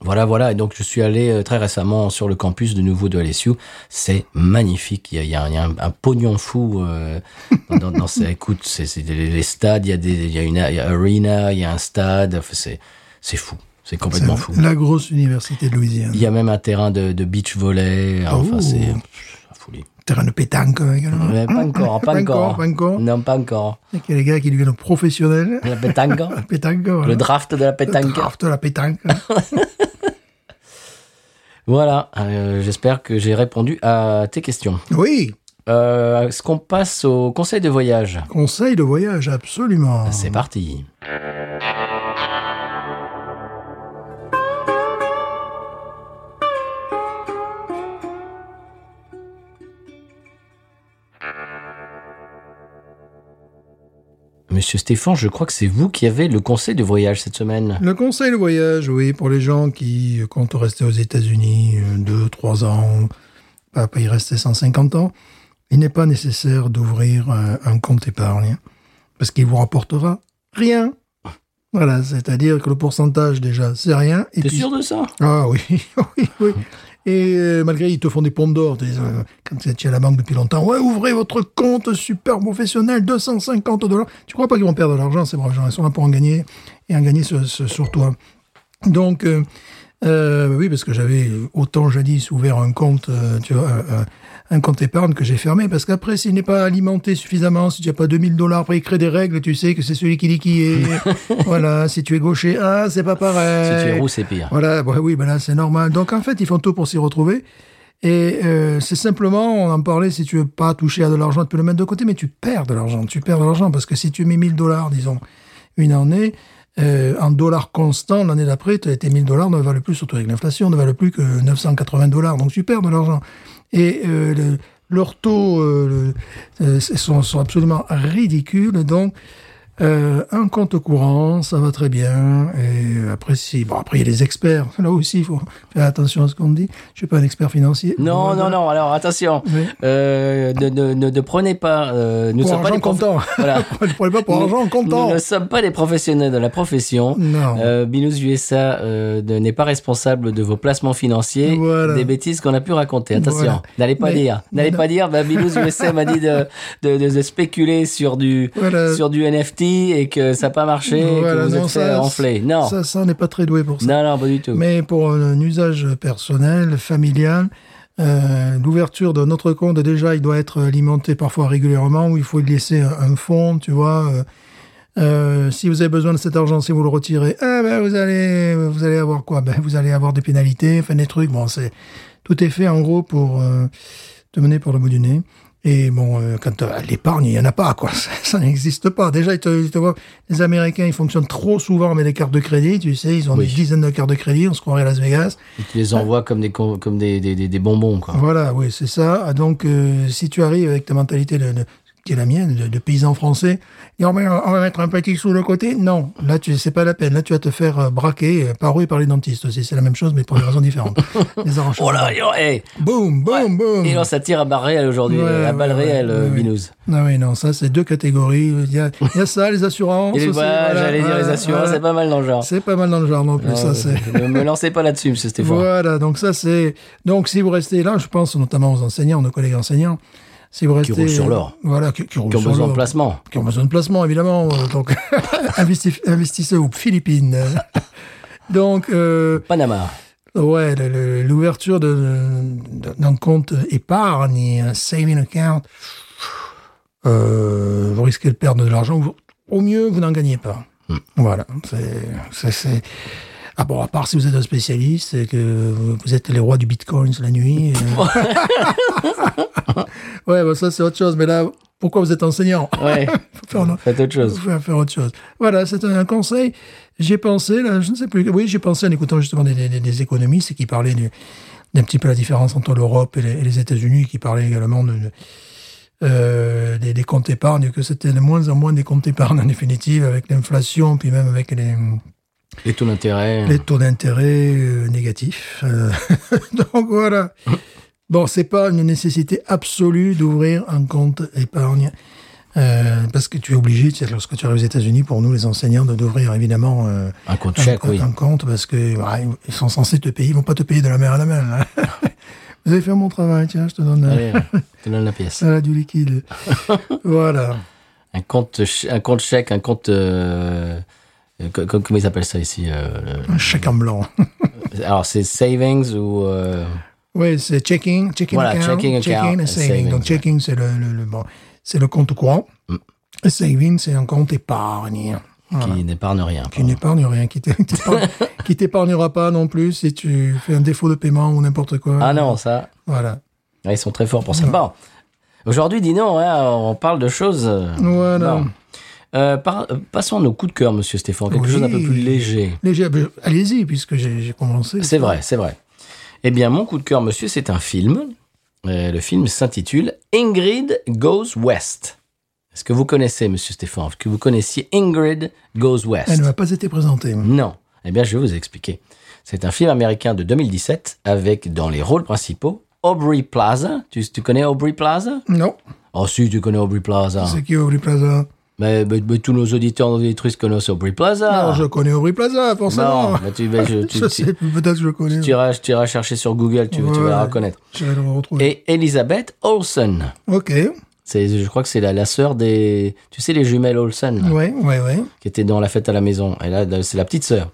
[SPEAKER 1] Voilà, voilà. Et donc, je suis allé euh, très récemment sur le campus de nouveau de LSU. C'est magnifique. Il y a, il y a un, il y a un- un pognon fou euh, dans, dans ces. Écoute, c'est c'est des- les stades. Il y a des, il y a une il y a arena, il y a un stade. Enfin, c'est, c'est fou. C'est complètement fou.
[SPEAKER 2] La grosse université de Louisiane.
[SPEAKER 1] Il y a même un terrain de, de beach volley. hein, Enfin,
[SPEAKER 2] Oh.
[SPEAKER 1] c'est pff, la folie.
[SPEAKER 2] Terrain de pétanque hein, également.
[SPEAKER 1] Mais pas encore, pas encore.
[SPEAKER 2] Ah, Pas encore.
[SPEAKER 1] Non, pas encore.
[SPEAKER 2] Il y a les gars qui deviennent professionnels.
[SPEAKER 1] La pétanque.
[SPEAKER 2] [laughs] La pétanque, voilà.
[SPEAKER 1] le draft de la
[SPEAKER 2] Le
[SPEAKER 1] pétanque.
[SPEAKER 2] draft, la pétanque.
[SPEAKER 1] Voilà. Euh, j'espère que j'ai répondu à tes questions.
[SPEAKER 2] oui,
[SPEAKER 1] Euh, Est-ce qu'on passe au conseil de voyage
[SPEAKER 2] conseil de voyage, absolument.
[SPEAKER 1] C'est parti. Monsieur Stéphane, je crois que c'est vous qui avez le conseil de voyage cette semaine.
[SPEAKER 2] Le conseil de voyage, oui, pour les gens qui euh, comptent rester aux États-Unis 2-3 ans, pas pas y rester 150 ans, il n'est pas
[SPEAKER 1] Ah.
[SPEAKER 2] nécessaire d'ouvrir euh, un compte épargne parce qu'il vous rapportera rien. Voilà, c'est-à-dire que le pourcentage déjà, c'est rien. Et
[SPEAKER 1] T'es
[SPEAKER 2] puis-
[SPEAKER 1] sûr de ça
[SPEAKER 2] Ah oui, [laughs] oui, oui. Et euh, malgré, ils te font des pompes d'or. des, euh, quand tu es chez la banque depuis longtemps, ouais, ouvrez votre compte super professionnel, 250 dollars. Tu crois pas qu'ils vont perdre de l'argent, ces braves gens Ils sont là pour en gagner et en gagner sur, sur- sur toi. Donc, euh, euh, oui, parce que j'avais autant jadis ouvert un compte, euh, tu vois, euh, un compte épargne que j'ai fermé, parce qu'après, s'il n'est pas alimenté suffisamment, si tu n'as pas 2000 dollars, après, il crée des règles, tu sais que c'est celui qui dit qui est.
[SPEAKER 1] [laughs]
[SPEAKER 2] voilà, si tu es gaucher, ah, c'est pas
[SPEAKER 1] Si
[SPEAKER 2] pareil.
[SPEAKER 1] tu es roux, c'est pire.
[SPEAKER 2] Voilà, bah oui, bah là c'est normal. Donc en fait, ils font tout pour s'y retrouver. Et euh, c'est simplement, on en parlait, si tu veux pas toucher à de l'argent, tu peux le mettre de côté, mais tu perds de l'argent. Tu perds de l'argent parce que si tu mets 1000 dollars, disons, une année, euh, en dollars constants, l'année d'après, t'as- tes 1000 dollars ne valent plus, surtout avec l'inflation, ne valent plus que 980 dollars. Donc tu perds de l'argent. Et euh, le- leurs taux euh, le- euh, sont, sont absolument ridicules. Donc, euh, un compte courant, ça va très bien. Et euh, après, si, bon, après, il y a les experts. Là aussi, il faut faire attention à ce qu'on dit. Je suis pas un expert financier.
[SPEAKER 1] Non, non, non, alors attention,
[SPEAKER 2] Oui.
[SPEAKER 1] Euh, ne, ne- ne- ne prenez pas... euh, nous ne
[SPEAKER 2] Pour
[SPEAKER 1] sommes pas
[SPEAKER 2] argent
[SPEAKER 1] des prof-
[SPEAKER 2] comptant.
[SPEAKER 1] Voilà.
[SPEAKER 2] Ne prenez pas [laughs] pour
[SPEAKER 1] Nous-
[SPEAKER 2] argent comptant.
[SPEAKER 1] Nous [laughs] ne sommes pas des professionnels de la profession.
[SPEAKER 2] Non.
[SPEAKER 1] Euh, Binous USA euh, ne- n'est pas responsable de vos placements financiers,
[SPEAKER 2] Voilà.
[SPEAKER 1] des bêtises qu'on a pu raconter. Attention,
[SPEAKER 2] Voilà.
[SPEAKER 1] n'allez pas
[SPEAKER 2] Mais-
[SPEAKER 1] dire, n'allez
[SPEAKER 2] Non.
[SPEAKER 1] pas dire, bah, Binous USA m'a dit de, de, de- de spéculer sur du
[SPEAKER 2] Voilà.
[SPEAKER 1] sur du NFT et que ça n'a pas marché, et que
[SPEAKER 2] Voilà,
[SPEAKER 1] vous
[SPEAKER 2] non,
[SPEAKER 1] êtes fait
[SPEAKER 2] ça-
[SPEAKER 1] renfler. Non,
[SPEAKER 2] Ça, ça, on n'est pas très doué pour ça.
[SPEAKER 1] non, non, pas du tout.
[SPEAKER 2] Mais pour un usage personnel, familial, euh, l'ouverture de notre compte, déjà, il doit être alimenté parfois régulièrement, ou il faut y laisser un, un fonds, tu vois. euh, euh, si vous avez besoin de cet argent, si vous le retirez, ah ben vous allez, vous allez avoir quoi Ben vous allez avoir des pénalités, enfin des trucs. Bon, c'est tout est fait en gros pour euh, te mener pour le bout du nez. Et bon, euh, quand euh, l'épargne, il y en a pas quoi, [laughs] ça, ça n'existe pas. Déjà, ils te, ils te voient, les Américains, ils fonctionnent trop souvent avec des cartes de crédit. Tu sais, ils ont
[SPEAKER 1] Oui.
[SPEAKER 2] des dizaines de cartes de crédit. On se croirait à Las Vegas.
[SPEAKER 1] Tu les envoies comme des con- comme des, des, des- des bonbons quoi.
[SPEAKER 2] Voilà, oui, c'est ça. Ah, Donc, euh, si tu arrives avec ta mentalité de, de- qui est la mienne, de, de paysan français, et on, va, on va mettre un petit sous le côté, non, là, tu c'est pas la peine. Là, tu vas te faire euh, braquer euh, par où et par les dentistes aussi. C'est la même chose, mais pour des
[SPEAKER 1] [laughs]
[SPEAKER 2] raisons différentes. les arrangements.
[SPEAKER 1] Oh là, et oh, hey.
[SPEAKER 2] Boum, boum, boum.
[SPEAKER 1] Et là, ça tire à barre réelle aujourd'hui, euh,
[SPEAKER 2] Ouais,
[SPEAKER 1] à balle
[SPEAKER 2] ouais, ouais,
[SPEAKER 1] réelle,
[SPEAKER 2] ouais, ouais.
[SPEAKER 1] Binous.
[SPEAKER 2] Non, Ah oui, non, ça, c'est deux catégories. Il y a, il y a ça, les assurances.
[SPEAKER 1] Et les-
[SPEAKER 2] aussi,
[SPEAKER 1] voilà,
[SPEAKER 2] voilà,
[SPEAKER 1] j'allais dire les
[SPEAKER 2] voilà,
[SPEAKER 1] assurances,
[SPEAKER 2] voilà.
[SPEAKER 1] c'est pas Ah, mal dans le genre.
[SPEAKER 2] C'est pas mal dans le genre non plus,
[SPEAKER 1] Non,
[SPEAKER 2] ça, c'est.
[SPEAKER 1] ne me lancez pas là-dessus, monsieur Stéphane.
[SPEAKER 2] Voilà, donc ça c'est. Donc si vous restez là, je pense notamment aux enseignants, nos collègues enseignants, si vous restez.
[SPEAKER 1] roulent sur l'or.
[SPEAKER 2] Voilà, qui, qui roulent
[SPEAKER 1] Qui ont
[SPEAKER 2] sur
[SPEAKER 1] besoin de
[SPEAKER 2] l'or.
[SPEAKER 1] placement.
[SPEAKER 2] Qui ont besoin de placement, évidemment. euh, Donc [laughs] investi- investissez aux Philippines. [laughs] donc, euh,
[SPEAKER 1] Panama.
[SPEAKER 2] ouais, le- le- l'ouverture de- de- d'un compte épargne, un saving account, euh, vous risquez de perdre de l'argent. Vous- Au mieux, vous n'en gagnez pas. Voilà, c'est- c'est. c'est- ah bon, à part si vous êtes un spécialiste et que vous êtes les rois du bitcoin la nuit. euh. ouais, bah ça c'est autre chose. Mais là, pourquoi vous êtes enseignant
[SPEAKER 1] [laughs] Ouais,
[SPEAKER 2] Faut faire un-
[SPEAKER 1] faites autre chose.
[SPEAKER 2] faut faire- faire autre chose. Voilà, c'est un conseil. J'ai pensé, là, je ne sais plus. Oui, j'ai pensé en écoutant justement des, des, des économistes qui parlaient du- d'un petit peu la différence entre l'Europe et les, et les États-Unis, qui parlaient également de, de- euh, des, des comptes épargne, que c'était de moins en moins des comptes épargne en définitive, avec l'inflation, puis même avec les,
[SPEAKER 1] Les taux d'intérêt.
[SPEAKER 2] les taux d'intérêt euh, négatifs. Euh, [laughs] donc voilà. Bon, c'est pas une nécessité absolue d'ouvrir un compte épargne. euh, parce que tu es obligé, tu sais, lorsque tu arrives aux États-Unis, pour nous les enseignants, de- d'ouvrir évidemment euh,
[SPEAKER 1] Un compte
[SPEAKER 2] un,
[SPEAKER 1] chèque, oui.
[SPEAKER 2] un compte parce que ouais, ils sont censés te payer, ils vont pas te payer de la mer à la main. là. [laughs] Vous allez faire mon travail, tiens, je te donne euh,
[SPEAKER 1] Allez, je te donne la pièce.
[SPEAKER 2] ça là,
[SPEAKER 1] [laughs]
[SPEAKER 2] du liquide. voilà.
[SPEAKER 1] Un compte, ch- un compte chèque, un compte. euh, euh, co- co- comment ils appellent ça ici euh, le-
[SPEAKER 2] Un chèque en blanc.
[SPEAKER 1] Alors, c'est savings ou. euh,
[SPEAKER 2] Oui, c'est checking, checking
[SPEAKER 1] Voilà,
[SPEAKER 2] account,
[SPEAKER 1] checking account
[SPEAKER 2] et
[SPEAKER 1] and
[SPEAKER 2] saving.
[SPEAKER 1] saving,
[SPEAKER 2] Donc
[SPEAKER 1] ouais. Mm.
[SPEAKER 2] checking c'est le, le, le- bon, c'est le compte courant. Et saving c'est un compte épargne. Voilà.
[SPEAKER 1] qui n'épargne rien.
[SPEAKER 2] Qui n'épargne rien, qui t'é- [laughs] qui t'épargnera pas non plus si tu fais un défaut de paiement ou n'importe quoi.
[SPEAKER 1] Ah non, ça.
[SPEAKER 2] Voilà.
[SPEAKER 1] ah, Ils sont très forts pour ça. Bon. Aujourd'hui, dis non, hein, on parle de choses. euh,
[SPEAKER 2] Voilà.
[SPEAKER 1] bon. Euh, par- euh, passons à nos coups de cœur, monsieur Stéphane. Quelque
[SPEAKER 2] Oui.
[SPEAKER 1] chose d'un peu plus léger.
[SPEAKER 2] Léger, ben, allez-y puisque j'ai j'ai commencé.
[SPEAKER 1] C'est vrai, c'est vrai. Eh bien, mon coup de cœur, monsieur, c'est un film. Euh, le film s'intitule Ingrid Goes West. Est-ce que vous connaissez, monsieur Stéphane, que vous connaissiez Ingrid Goes West
[SPEAKER 2] Elle ne m'a pas été présentée.
[SPEAKER 1] Non. Eh bien, je vais vous expliquer. C'est un film américain de 2017 avec, dans les rôles principaux, Aubrey Plaza. Tu, tu connais Aubrey Plaza
[SPEAKER 2] Non.
[SPEAKER 1] Oh si, tu connais Aubrey Plaza.
[SPEAKER 2] C'est qui Aubrey Plaza
[SPEAKER 1] Mais, mais- mais tous nos auditeurs et auditrices connaissent Aubrey Plaza.
[SPEAKER 2] Alors, je connais Aubry Plaza, forcément.
[SPEAKER 1] Ah. Non, mais tu, mais
[SPEAKER 2] [laughs]
[SPEAKER 1] je- tu-
[SPEAKER 2] je
[SPEAKER 1] tu-
[SPEAKER 2] sais, peut-être que je connais.
[SPEAKER 1] tu iras, tu iras chercher sur Google, tu, tu vas la
[SPEAKER 2] Ouais.
[SPEAKER 1] reconnaître.
[SPEAKER 2] Je vais le retrouver.
[SPEAKER 1] Et Elizabeth Olsen.
[SPEAKER 2] Ok.
[SPEAKER 1] C'est, je crois que c'est la, la sœur des, tu sais, les jumelles Olsen, là,
[SPEAKER 2] Ouais, ouais, ouais.
[SPEAKER 1] qui étaient dans la fête à la maison. Et là, c'est la petite sœur.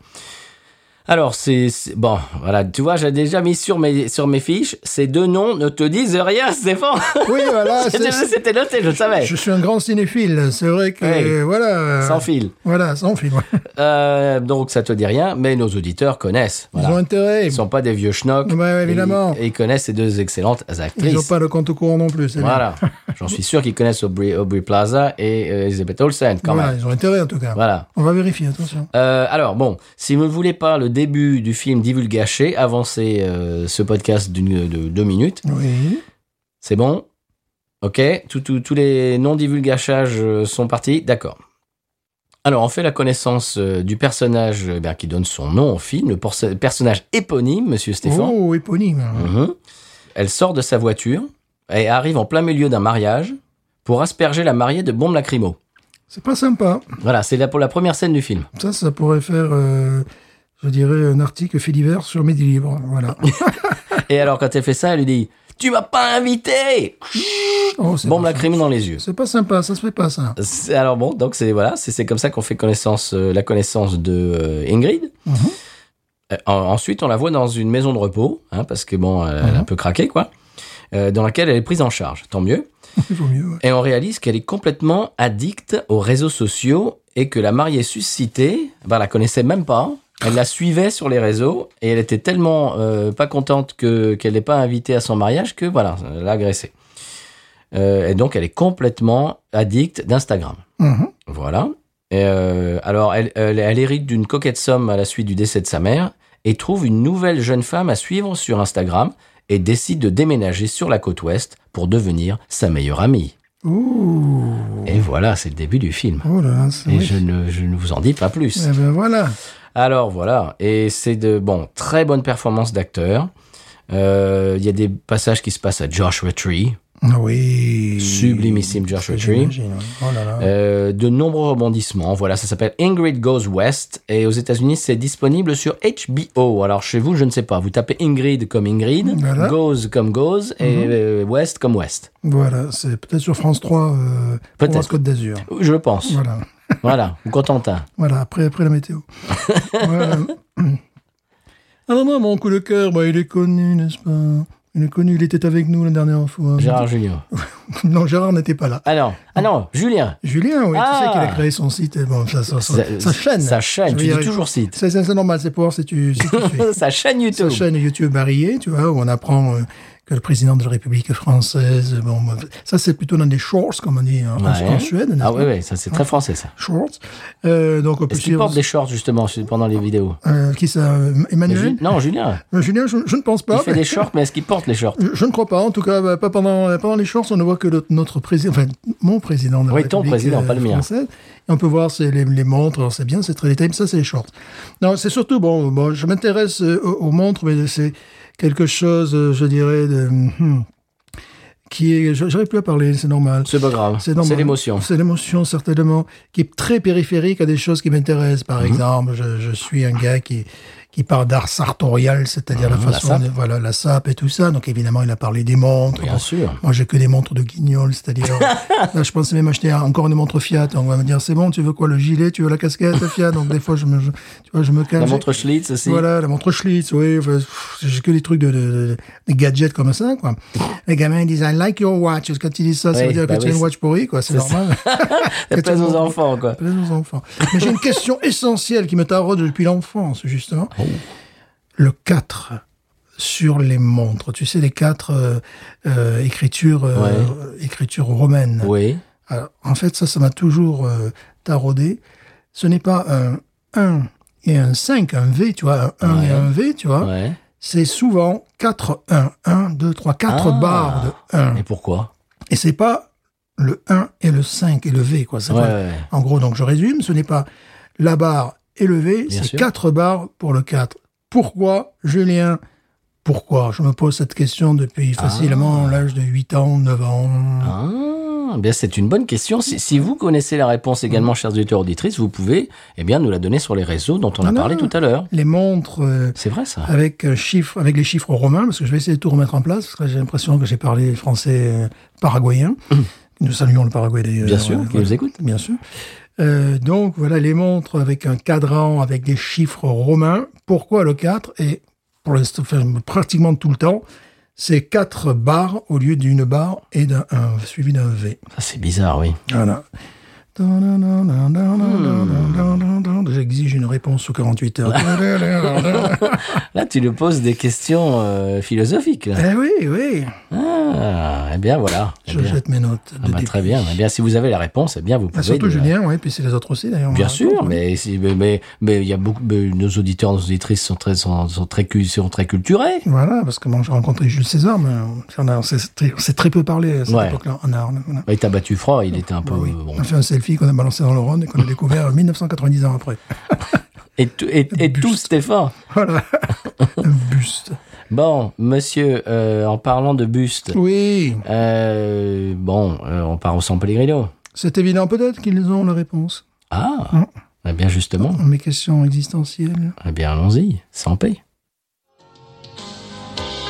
[SPEAKER 1] Alors, c'est, c'est- bon, voilà, tu vois, j'ai déjà mis sur mes, sur mes fiches, ces deux noms ne te disent rien, [laughs] Stéphane.
[SPEAKER 2] Oui, voilà.
[SPEAKER 1] C'était
[SPEAKER 2] c'est- c'est-
[SPEAKER 1] c'était noté, [laughs] je le savais.
[SPEAKER 2] Je suis un grand cinéphile. C'est vrai que,
[SPEAKER 1] Ouais.
[SPEAKER 2] euh, voilà.
[SPEAKER 1] Sans fil.
[SPEAKER 2] Voilà, sans fil. [laughs] ouais.
[SPEAKER 1] Euh, donc, ça te dit rien, mais nos auditeurs connaissent.
[SPEAKER 2] Ils
[SPEAKER 1] Voilà.
[SPEAKER 2] ont intérêt.
[SPEAKER 1] Ils sont pas des vieux schnocks.
[SPEAKER 2] Ouais, ouais, évidemment.
[SPEAKER 1] Et, ils connaissent ces deux excellentes
[SPEAKER 2] Ils n'ont
[SPEAKER 1] actrices.
[SPEAKER 2] pas le compte au courant non plus. c'est
[SPEAKER 1] Voilà. J'en suis sûr qu'ils connaissent Aubrey, Aubrey Plaza et euh, Elizabeth Olsen,
[SPEAKER 2] bien.
[SPEAKER 1] quand
[SPEAKER 2] Voilà,
[SPEAKER 1] même.
[SPEAKER 2] ils ont intérêt en tout cas.
[SPEAKER 1] Voilà.
[SPEAKER 2] On va vérifier, attention.
[SPEAKER 1] Euh, alors, bon, si vous ne voulez pas le début du film divulgaché, avancez euh, ce podcast d'une- de deux minutes.
[SPEAKER 2] Oui.
[SPEAKER 1] C'est bon Ok Tous- tous- Tous les non-divulgachages euh, sont partis D'accord. Alors, on fait la connaissance euh, du personnage euh, ben, qui donne son nom au film, le porce- personnage éponyme, monsieur Stéphane.
[SPEAKER 2] Oh, éponyme.
[SPEAKER 1] Mhm. Elle sort de sa voiture et arrive en plein milieu d'un mariage pour asperger la mariée de bombes lacrymo.
[SPEAKER 2] C'est pas sympa.
[SPEAKER 1] Voilà, c'est là pour la première scène du film.
[SPEAKER 2] Ça, ça pourrait faire, euh, je dirais, un article fait divers sur Midi Libre.
[SPEAKER 1] [laughs]
[SPEAKER 2] Voilà.
[SPEAKER 1] Et alors, quand elle fait ça, elle lui dit Tu m'as pas invité
[SPEAKER 2] Oh, c'est
[SPEAKER 1] Bombe
[SPEAKER 2] pas-
[SPEAKER 1] lacrymo dans les yeux.
[SPEAKER 2] C'est pas sympa, ça se fait
[SPEAKER 1] [laughs]
[SPEAKER 2] pas ça.
[SPEAKER 1] C'est- Alors bon, donc c'est voilà, c'est c'est comme ça qu'on fait connaissance, euh, la connaissance de euh, Ingrid.
[SPEAKER 2] Mhm.
[SPEAKER 1] Euh, en- ensuite, on la voit dans une maison de repos, hein, parce que bon, elle,
[SPEAKER 2] Mhm.
[SPEAKER 1] elle a un peu craqué quoi, euh, dans laquelle elle est prise en charge. Tant mieux.
[SPEAKER 2] Il vaut mieux. ouais.
[SPEAKER 1] Et on réalise qu'elle est complètement addicte aux réseaux sociaux et que la mariée suscitée, ben, la connaissait même pas. Elle la suivait sur les réseaux et elle était tellement euh, pas contente que qu'elle n'est pas invitée à son mariage que voilà, elle l'a agressée. Euh, et donc elle est complètement addicte d'Instagram.
[SPEAKER 2] Mhm.
[SPEAKER 1] Voilà. Et, euh, alors elle, elle, elle hérite d'une coquette somme à la suite du décès de sa mère et trouve une nouvelle jeune femme à suivre sur Instagram et décide de déménager sur la côte ouest pour devenir sa meilleure amie.
[SPEAKER 2] Ouh.
[SPEAKER 1] Et voilà, c'est le début du film.
[SPEAKER 2] Oh là là, c'est
[SPEAKER 1] Et
[SPEAKER 2] vrai.
[SPEAKER 1] je ne, je ne vous en dis pas plus.
[SPEAKER 2] Eh ben voilà.
[SPEAKER 1] Alors voilà, et c'est de bon, très bonne performance d'acteur. Euh, Il y a des passages qui se passent à Joshua Tree,
[SPEAKER 2] Ah Oui.
[SPEAKER 1] Mm. sublimissime Joshua Tree.
[SPEAKER 2] J'imagine, ouais. Oh là là.
[SPEAKER 1] Euh, de nombreux rebondissements. Voilà, ça s'appelle Ingrid Goes West et aux États-Unis, c'est disponible sur HBO. Alors chez vous, je ne sais pas. Vous tapez Ingrid comme Ingrid,
[SPEAKER 2] Voilà. Mhm.
[SPEAKER 1] Goes comme Goes et euh, West comme West.
[SPEAKER 2] Voilà, c'est peut-être sur France 3, euh,
[SPEAKER 1] Peut-être.
[SPEAKER 2] Provence Côte d'Azur.
[SPEAKER 1] Je pense.
[SPEAKER 2] Voilà.
[SPEAKER 1] voilà, ou Contentin.
[SPEAKER 2] Voilà, après, après
[SPEAKER 1] [laughs]
[SPEAKER 2] la météo. Voilà. Alors moi, mon coup de cœur, bah, il est connu, n'est-ce pas Il est connu, il était avec nous la dernière fois.
[SPEAKER 1] Gérard Junior.
[SPEAKER 2] [laughs] Non, Gérard n'était pas là.
[SPEAKER 1] Ah non, ah non, Julien.
[SPEAKER 2] Julien, oui,
[SPEAKER 1] Ah
[SPEAKER 2] tu sais qu'il a créé son site. et Bon, ça, ça, ça, sa chaîne.
[SPEAKER 1] Sa chaîne,
[SPEAKER 2] Je
[SPEAKER 1] tu
[SPEAKER 2] vais y
[SPEAKER 1] dis
[SPEAKER 2] arriver.
[SPEAKER 1] toujours site.
[SPEAKER 2] C'est c'est- c'est normal, c'est pour voir si tu, si
[SPEAKER 1] [laughs]
[SPEAKER 2] tu suis.
[SPEAKER 1] sa chaîne
[SPEAKER 2] Sa
[SPEAKER 1] YouTube.
[SPEAKER 2] chaîne YouTube variée, tu vois, où on apprend euh, que le président de la République française, bon, bah, ça c'est plutôt dans des shorts, comme on dit hein, en, en-
[SPEAKER 1] Ouais.
[SPEAKER 2] en Suède, n'est-ce
[SPEAKER 1] Ah
[SPEAKER 2] pas
[SPEAKER 1] oui, oui, ça c'est très français ça.
[SPEAKER 2] Shorts. Euh, donc on
[SPEAKER 1] Est-ce
[SPEAKER 2] peut
[SPEAKER 1] qu'il
[SPEAKER 2] suivre.
[SPEAKER 1] porte des shorts justement sur- pendant les vidéos
[SPEAKER 2] euh, qui ça euh, Emmanuel
[SPEAKER 1] Ju- Non,
[SPEAKER 2] [laughs]
[SPEAKER 1] Julien.
[SPEAKER 2] Euh, Julien, je, je ne pense
[SPEAKER 1] Il
[SPEAKER 2] pas.
[SPEAKER 1] fait
[SPEAKER 2] mais-
[SPEAKER 1] des shorts, mais est-ce qu'il porte les
[SPEAKER 2] [laughs]
[SPEAKER 1] shorts
[SPEAKER 2] je, je ne crois pas. En tout cas, bah, pas pendant, euh, pendant les shorts, on ne voit que le- notre président, enfin, mon président de la
[SPEAKER 1] Oui, ton
[SPEAKER 2] République,
[SPEAKER 1] président,
[SPEAKER 2] euh,
[SPEAKER 1] pas le mien.
[SPEAKER 2] française. Et on peut voir c'est les, les montres, alors c'est bien, c'est très détaillé, mais ça, c'est les shorts. Non, c'est surtout, bon, bon je m'intéresse euh, aux, aux montres, mais c'est quelque chose, euh, je dirais, de, hmm, qui est, je- j'arrive plus à parler, c'est normal.
[SPEAKER 1] C'est pas grave.
[SPEAKER 2] normal.
[SPEAKER 1] C'est l'émotion.
[SPEAKER 2] C'est l'émotion, certainement, qui est très périphérique à des choses qui m'intéressent.
[SPEAKER 1] Mhm.
[SPEAKER 2] Par exemple, je, je suis un gars qui, qui parle d'art sartorial, c'est-à-dire
[SPEAKER 1] Mhm,
[SPEAKER 2] la
[SPEAKER 1] la
[SPEAKER 2] façon,
[SPEAKER 1] sape.
[SPEAKER 2] de- voilà, la sape et tout ça. Donc, évidemment, il a parlé des montres.
[SPEAKER 1] Bien sûr.
[SPEAKER 2] Moi, j'ai que des montres de guignol, c'est-à-dire,
[SPEAKER 1] [laughs]
[SPEAKER 2] là, je pensais même acheter un- encore une montre Fiat. On va me dire, c'est bon, tu veux quoi, le gilet, tu veux la casquette Fiat? Donc, des fois, je me, je- tu vois, je me cache.
[SPEAKER 1] La montre Schlitz aussi.
[SPEAKER 2] Voilà, la montre Schlitz, oui. enfin, pff, J'ai que des trucs de, de, de- des gadgets comme ça, quoi. Les gamins, ils disent, I like your watch. Quand ils disent ça, ça
[SPEAKER 1] Oui,
[SPEAKER 2] veut dire
[SPEAKER 1] bah
[SPEAKER 2] que
[SPEAKER 1] oui,
[SPEAKER 2] tu as une
[SPEAKER 1] c'est-
[SPEAKER 2] watch pourrie, quoi.
[SPEAKER 1] [laughs]
[SPEAKER 2] C'est normal.
[SPEAKER 1] Elle pèse
[SPEAKER 2] tout le
[SPEAKER 1] aux
[SPEAKER 2] monde-
[SPEAKER 1] enfants, quoi.
[SPEAKER 2] Appelez nos enfants. Mais j'ai une question essentielle qui me taraude depuis l'enfance, justement.
[SPEAKER 1] Oh.
[SPEAKER 2] Le 4 sur les montres. Tu sais, les 4 euh, euh, écritures, euh, écritures romaines.
[SPEAKER 1] Oui.
[SPEAKER 2] Alors, en fait, ça, ça m'a toujours euh, taraudé. Ce n'est pas un 1 et un 5, un V, tu vois, un 1 et
[SPEAKER 1] Ouais.
[SPEAKER 2] un V, tu vois.
[SPEAKER 1] Ouais.
[SPEAKER 2] C'est souvent 4, 1, 1, 2, 3, 4
[SPEAKER 1] Ah.
[SPEAKER 2] barres de 1.
[SPEAKER 1] Et pourquoi
[SPEAKER 2] Et c'est pas le 1 et le 5 et le V, quoi. C'est
[SPEAKER 1] Ouais,
[SPEAKER 2] pas-
[SPEAKER 1] ouais.
[SPEAKER 2] En gros, donc je résume, ce n'est pas la barre élevée,
[SPEAKER 1] Bien
[SPEAKER 2] c'est
[SPEAKER 1] sûr.
[SPEAKER 2] 4 barres pour le 4. Pourquoi, Julien Pourquoi Je me pose cette question depuis facilement l'âge de 8 ans, 9 ans.
[SPEAKER 1] Ah. Eh bien, c'est une bonne question. Si, si vous connaissez la réponse
[SPEAKER 2] Mm.
[SPEAKER 1] également, chers auditeurs auditrices, vous pouvez eh bien, nous la donner sur les réseaux dont on a
[SPEAKER 2] Non,
[SPEAKER 1] parlé
[SPEAKER 2] non.
[SPEAKER 1] tout à l'heure.
[SPEAKER 2] Les montres euh,
[SPEAKER 1] C'est vrai ça
[SPEAKER 2] avec, euh, chiffres, avec les chiffres romains, parce que je vais essayer de tout remettre en place, parce que j'ai l'impression que j'ai parlé français euh, paraguayen. Nous saluons le Paraguay d'ailleurs.
[SPEAKER 1] Hum. Bien sûr,
[SPEAKER 2] Euh,
[SPEAKER 1] qui nous écoute.
[SPEAKER 2] Bien sûr. Euh, donc voilà les montres avec un cadran, avec des chiffres romains. Pourquoi le 4 Et pour l'instant, enfin, pratiquement tout le temps, c'est 4 barres au lieu d'une barre et d'un 1, suivi d'un V.
[SPEAKER 1] Ça, C'est bizarre, oui.
[SPEAKER 2] Voilà.
[SPEAKER 1] Hmm.
[SPEAKER 2] J'exige une réponse sous
[SPEAKER 1] [laughs]
[SPEAKER 2] 48 heures.
[SPEAKER 1] Là, tu nous poses des questions euh, philosophiques. là.
[SPEAKER 2] eh oui, oui.
[SPEAKER 1] Ah, eh bien, voilà. Eh
[SPEAKER 2] Je
[SPEAKER 1] bien.
[SPEAKER 2] jette mes notes.
[SPEAKER 1] Ah
[SPEAKER 2] de
[SPEAKER 1] bah,
[SPEAKER 2] début.
[SPEAKER 1] très bien. Eh bien, si vous avez la réponse, eh bien, vous pouvez.
[SPEAKER 2] Ah, surtout
[SPEAKER 1] nous la-
[SPEAKER 2] Julien, oui, puis c'est les autres aussi d'ailleurs. Hein.
[SPEAKER 1] Bien sûr, mais si- mais mais mais il y a beaucoup mais nos auditeurs, nos auditrices sont très sont, sont très cul- sont très culturés.
[SPEAKER 2] Voilà, parce que moi j'ai rencontré Jules César, mais on- on a- on s'est très, on s'est très peu parlé à cette
[SPEAKER 1] Ouais.
[SPEAKER 2] époque-là en Arles. voilà.
[SPEAKER 1] Bah, Il t'a battu froid, il était un peu
[SPEAKER 2] Oui.
[SPEAKER 1] bon.
[SPEAKER 2] On a fait un selfie qu'on a balancé dans le Rhône et
[SPEAKER 1] [laughs]
[SPEAKER 2] qu'on a découvert 1990 ans après.
[SPEAKER 1] Et tout- et, et
[SPEAKER 2] Buste.
[SPEAKER 1] tout Stéphane.
[SPEAKER 2] Voilà, un buste.
[SPEAKER 1] Bon, monsieur, euh, en parlant de buste,
[SPEAKER 2] Oui,
[SPEAKER 1] euh, bon, euh, on part au San Pellegrino.
[SPEAKER 2] c'est évident peut-être qu'ils ont la réponse
[SPEAKER 1] Ah,
[SPEAKER 2] Mm.
[SPEAKER 1] eh bien justement,
[SPEAKER 2] à mes questions existentielles.
[SPEAKER 1] eh bien allons-y, sans paix.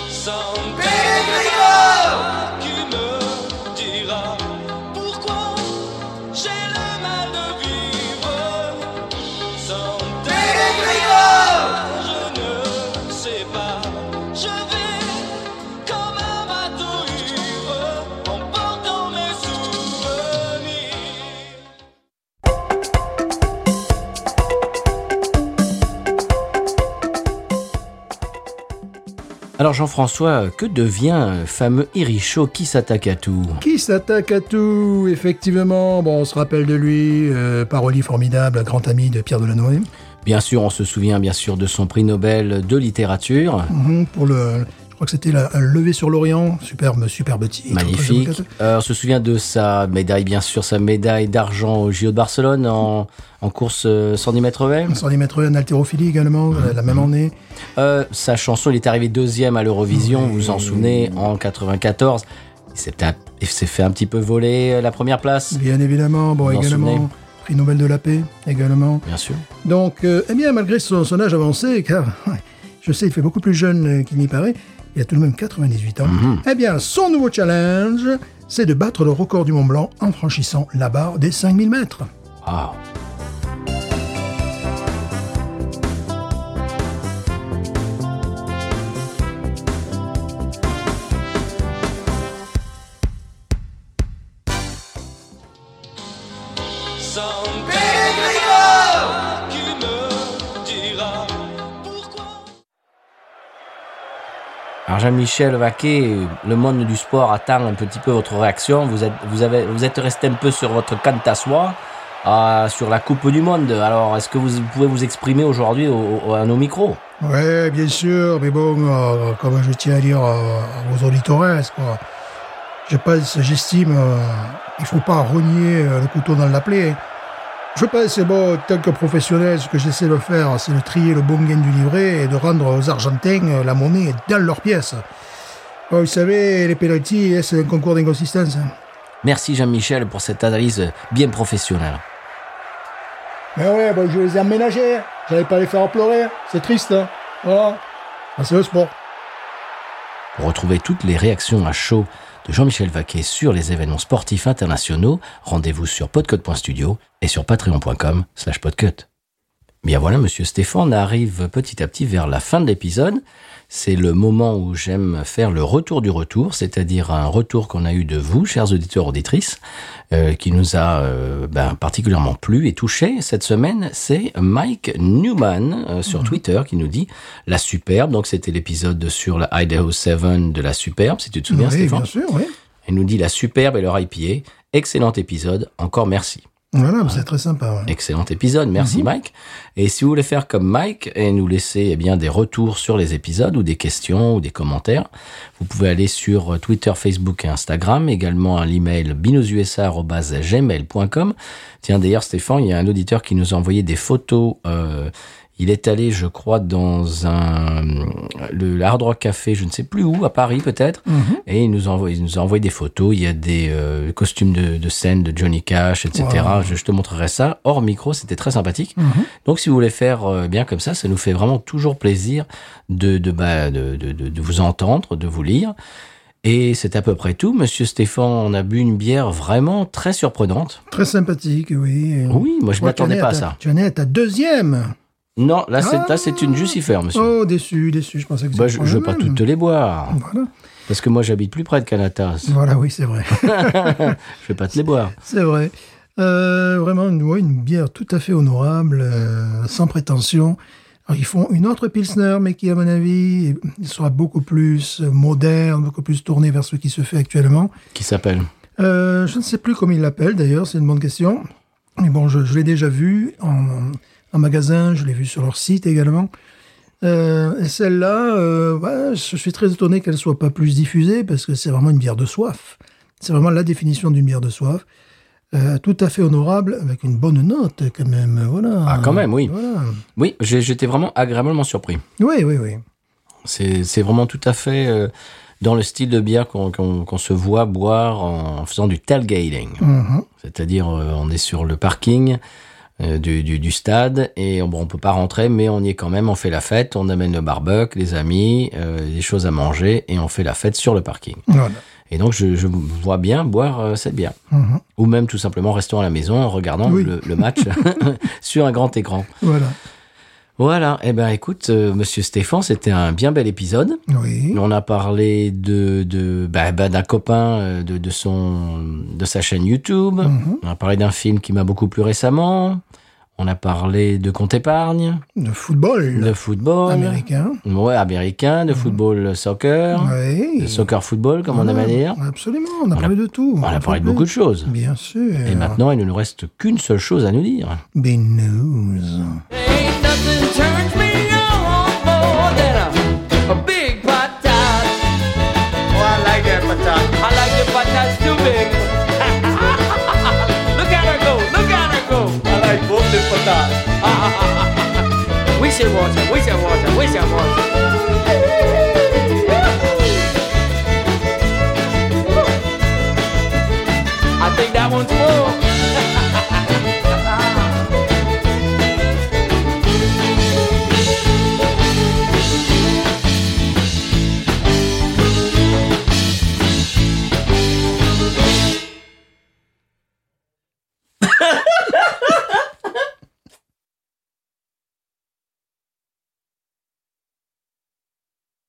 [SPEAKER 3] San Pedro qui me dira pourquoi j'ai le mal de vivre. San Pedro, je ne sais pas. Je vais comme un bateau ivre en portant mes souvenirs.
[SPEAKER 1] Alors Jean-François, que devient euh, fameux Iricho qui s'attaque à tout
[SPEAKER 2] Qui s'attaque à tout, effectivement. Bon, on se rappelle de lui, euh, parodie formidable, grand ami de Pierre Delanoë,
[SPEAKER 1] Bien sûr, on se souvient bien sûr de son prix Nobel de littérature.
[SPEAKER 2] Mhm, pour le... Je crois que c'était la Levée sur l'Orient, superbe, superbe titre.
[SPEAKER 1] Magnifique. Euh, on se souvient de sa médaille, bien sûr, sa médaille d'argent au JO de Barcelone en, en course euh, 110 mètres
[SPEAKER 2] On
[SPEAKER 1] même.
[SPEAKER 2] s'en est maître en haltérophilie également,
[SPEAKER 1] Mhm.
[SPEAKER 2] la- la même année.
[SPEAKER 1] Euh, sa chanson, il est arrivé deuxième à l'Eurovision, vous vous en souvenez, en 94. Il s'est un- il s'est fait un petit peu voler euh, la première place.
[SPEAKER 2] Bien évidemment, bon,
[SPEAKER 1] Vous en souvenez
[SPEAKER 2] également, prix Nobel de la paix, également.
[SPEAKER 1] Bien sûr.
[SPEAKER 2] Donc, euh, eh bien, malgré son, son âge avancé, car je sais, il fait beaucoup plus jeune euh, qu'il n'y paraît, il a tout de même 98 ans,
[SPEAKER 1] Mhm.
[SPEAKER 2] eh bien, son nouveau challenge, c'est de battre le record du Mont Blanc en franchissant la barre des 5000 mètres.
[SPEAKER 1] Wow.
[SPEAKER 3] San Pedro qui me dira pourquoi.
[SPEAKER 1] Alors Jean-Michel Vaquet, le monde du sport attend un petit peu votre réaction. Vous êtes, vous avez, vous êtes resté un peu sur votre cante à soie, euh, sur la Coupe du Monde. Alors, est-ce que vous pouvez vous exprimer aujourd'hui au, au- à nos micros
[SPEAKER 2] Ouais, bien sûr, mais bon, euh, comme je tiens à dire euh, aux auditeurs, quoi, je pense, j'estime, euh, il faut pas rogner euh, le couteau dans la plaie. Je pense, bon, tel que professionnel, ce que j'essaie de faire, c'est de trier le bon gain du livret et de rendre aux Argentins euh, la monnaie dans leurs pièces. Bon, vous savez, les pénalties, hein, c'est un concours d'inconsistance. hein.
[SPEAKER 1] Merci Jean-Michel pour cette analyse bien professionnelle.
[SPEAKER 2] Mais ouais, bon, je les ai emménagés, hein. j'allais pas les faire pleurer, c'est triste, hein. voilà. Ah, c'est le sport.
[SPEAKER 1] Pour retrouver toutes les réactions à chaud de Jean-Michel Vaquet sur les événements sportifs internationaux, rendez-vous sur podcut.studio et sur patreon.com slash podcut. Bien voilà, monsieur Stéphane arrive petit à petit vers la fin de l'épisode. C'est le moment où j'aime faire le retour du retour, c'est-à-dire un retour qu'on a eu de vous, chers auditeurs auditrices, euh, qui nous a euh, ben, particulièrement plu et touché cette semaine. C'est Mike Newman euh,
[SPEAKER 2] Mhm.
[SPEAKER 1] sur Twitter qui nous dit la superbe. Donc c'était l'épisode sur la Idaho 7 de la superbe, si tu te souviens,
[SPEAKER 2] oui,
[SPEAKER 1] Stéphane.
[SPEAKER 2] bien sûr, oui.
[SPEAKER 1] Elle nous dit la superbe et leur IPA. Excellent épisode, encore merci.
[SPEAKER 2] Voilà, c'est très sympa. ouais.
[SPEAKER 1] Excellent épisode, merci Mike. Et si vous voulez faire comme Mike et nous laisser eh bien des retours sur les épisodes ou des questions ou des commentaires, vous pouvez aller sur Twitter, Facebook et Instagram, également à l'email binoususa@gmail.com. Tiens d'ailleurs Stéphane, il y a un auditeur qui nous a envoyé des photos. euh, il est allé, je crois, dans un le Hard Rock Café, je ne sais plus où, à Paris peut-être. Et il nous, envoie, il nous a envoyé des photos. Il y a des euh, costumes de, de scène de Johnny Cash, etc.
[SPEAKER 2] Wow.
[SPEAKER 1] Je, je te montrerai ça. Hors micro, c'était très sympathique. Donc, si vous voulez faire euh, bien comme ça, ça nous fait vraiment toujours plaisir de, de, bah, de, de, de- de vous entendre, de vous lire. Et c'est à peu près tout. Monsieur Stéphane, on a bu une bière vraiment très surprenante.
[SPEAKER 2] Très sympathique, oui.
[SPEAKER 1] Oui, moi, je
[SPEAKER 2] crois que tu en
[SPEAKER 1] m'attendais
[SPEAKER 2] es
[SPEAKER 1] pas à
[SPEAKER 2] ta-
[SPEAKER 1] ça.
[SPEAKER 2] Tu en es à ta deuxième.
[SPEAKER 1] Non, là, c'est, là,
[SPEAKER 2] Ah.
[SPEAKER 1] c'est une Jucifer, monsieur.
[SPEAKER 2] Oh, déçu, déçu. Je pensais que
[SPEAKER 1] Bah,
[SPEAKER 2] c'était
[SPEAKER 1] je
[SPEAKER 2] pour
[SPEAKER 1] ne veux
[SPEAKER 2] la
[SPEAKER 1] pas
[SPEAKER 2] même.
[SPEAKER 1] toutes te les boire.
[SPEAKER 2] Voilà.
[SPEAKER 1] Parce que moi, j'habite plus près de Canatas.
[SPEAKER 2] Voilà, oui,
[SPEAKER 1] [laughs]
[SPEAKER 2] c'est vrai.
[SPEAKER 1] Je vais pas te les boire.
[SPEAKER 2] c'est vrai. Euh, vraiment, une, ouais, une bière tout à fait honorable, euh, sans prétention. Alors, ils font une autre Pilsner, mais qui, à mon avis, sera beaucoup plus moderne, beaucoup plus tournée vers ce qui se fait actuellement.
[SPEAKER 1] Qui s'appelle
[SPEAKER 2] Euh, je ne sais plus comment ils l'appellent d'ailleurs, c'est une bonne question. Mais bon, je, je l'ai déjà vu en, en magasin, je l'ai vu sur leur site également. Euh, et celle-là, euh, ouais, je suis très étonné qu'elle soit pas plus diffusée parce que c'est vraiment une bière de soif. C'est vraiment la définition d'une bière de soif. Euh, tout à fait honorable, avec une bonne note quand même. Voilà.
[SPEAKER 1] Ah, quand même, oui.
[SPEAKER 2] Voilà.
[SPEAKER 1] Oui, j'ai- j'étais vraiment agréablement surpris.
[SPEAKER 2] Oui, oui, oui.
[SPEAKER 1] C'est c'est vraiment tout à fait euh, dans le style de bière qu'on qu'on- qu'on se voit boire en faisant du tailgating.
[SPEAKER 2] Mhm.
[SPEAKER 1] C'est-à-dire, euh, on est sur le parking euh, du, du- du stade et on, bon, on peut pas rentrer, mais on y est quand même, on fait la fête, on amène le barbecue, les amis, euh, des choses à manger et on fait la fête sur le parking.
[SPEAKER 2] Voilà.
[SPEAKER 1] Et donc, je, je vois bien boire euh, cette bière.
[SPEAKER 2] Mhm.
[SPEAKER 1] Ou même tout simplement restant à la maison en regardant
[SPEAKER 2] Oui.
[SPEAKER 1] le, le match [laughs] sur un grand écran.
[SPEAKER 2] Voilà.
[SPEAKER 1] Voilà, eh ben écoute, euh, monsieur Stéphane, c'était un bien bel épisode.
[SPEAKER 2] Oui.
[SPEAKER 1] On a parlé de de bah, bah, d'un copain euh, de, de son de sa chaîne YouTube.
[SPEAKER 2] Mhm.
[SPEAKER 1] On a parlé d'un film qui m'a beaucoup plu récemment. On a parlé de compte épargne,
[SPEAKER 2] De football
[SPEAKER 1] de football
[SPEAKER 2] américain. Mhm.
[SPEAKER 1] ouais américain, de football euh, soccer,
[SPEAKER 2] Oui.
[SPEAKER 1] de soccer football comme on aime à
[SPEAKER 2] Voilà,
[SPEAKER 1] dire.
[SPEAKER 2] Absolument, on a parlé de tout.
[SPEAKER 1] On a parlé de beaucoup de choses.
[SPEAKER 2] Bien sûr.
[SPEAKER 1] Et maintenant, il ne nous reste qu'une seule chose à nous dire.
[SPEAKER 2] Des news.
[SPEAKER 3] Ain't nothing turns [laughs] [laughs]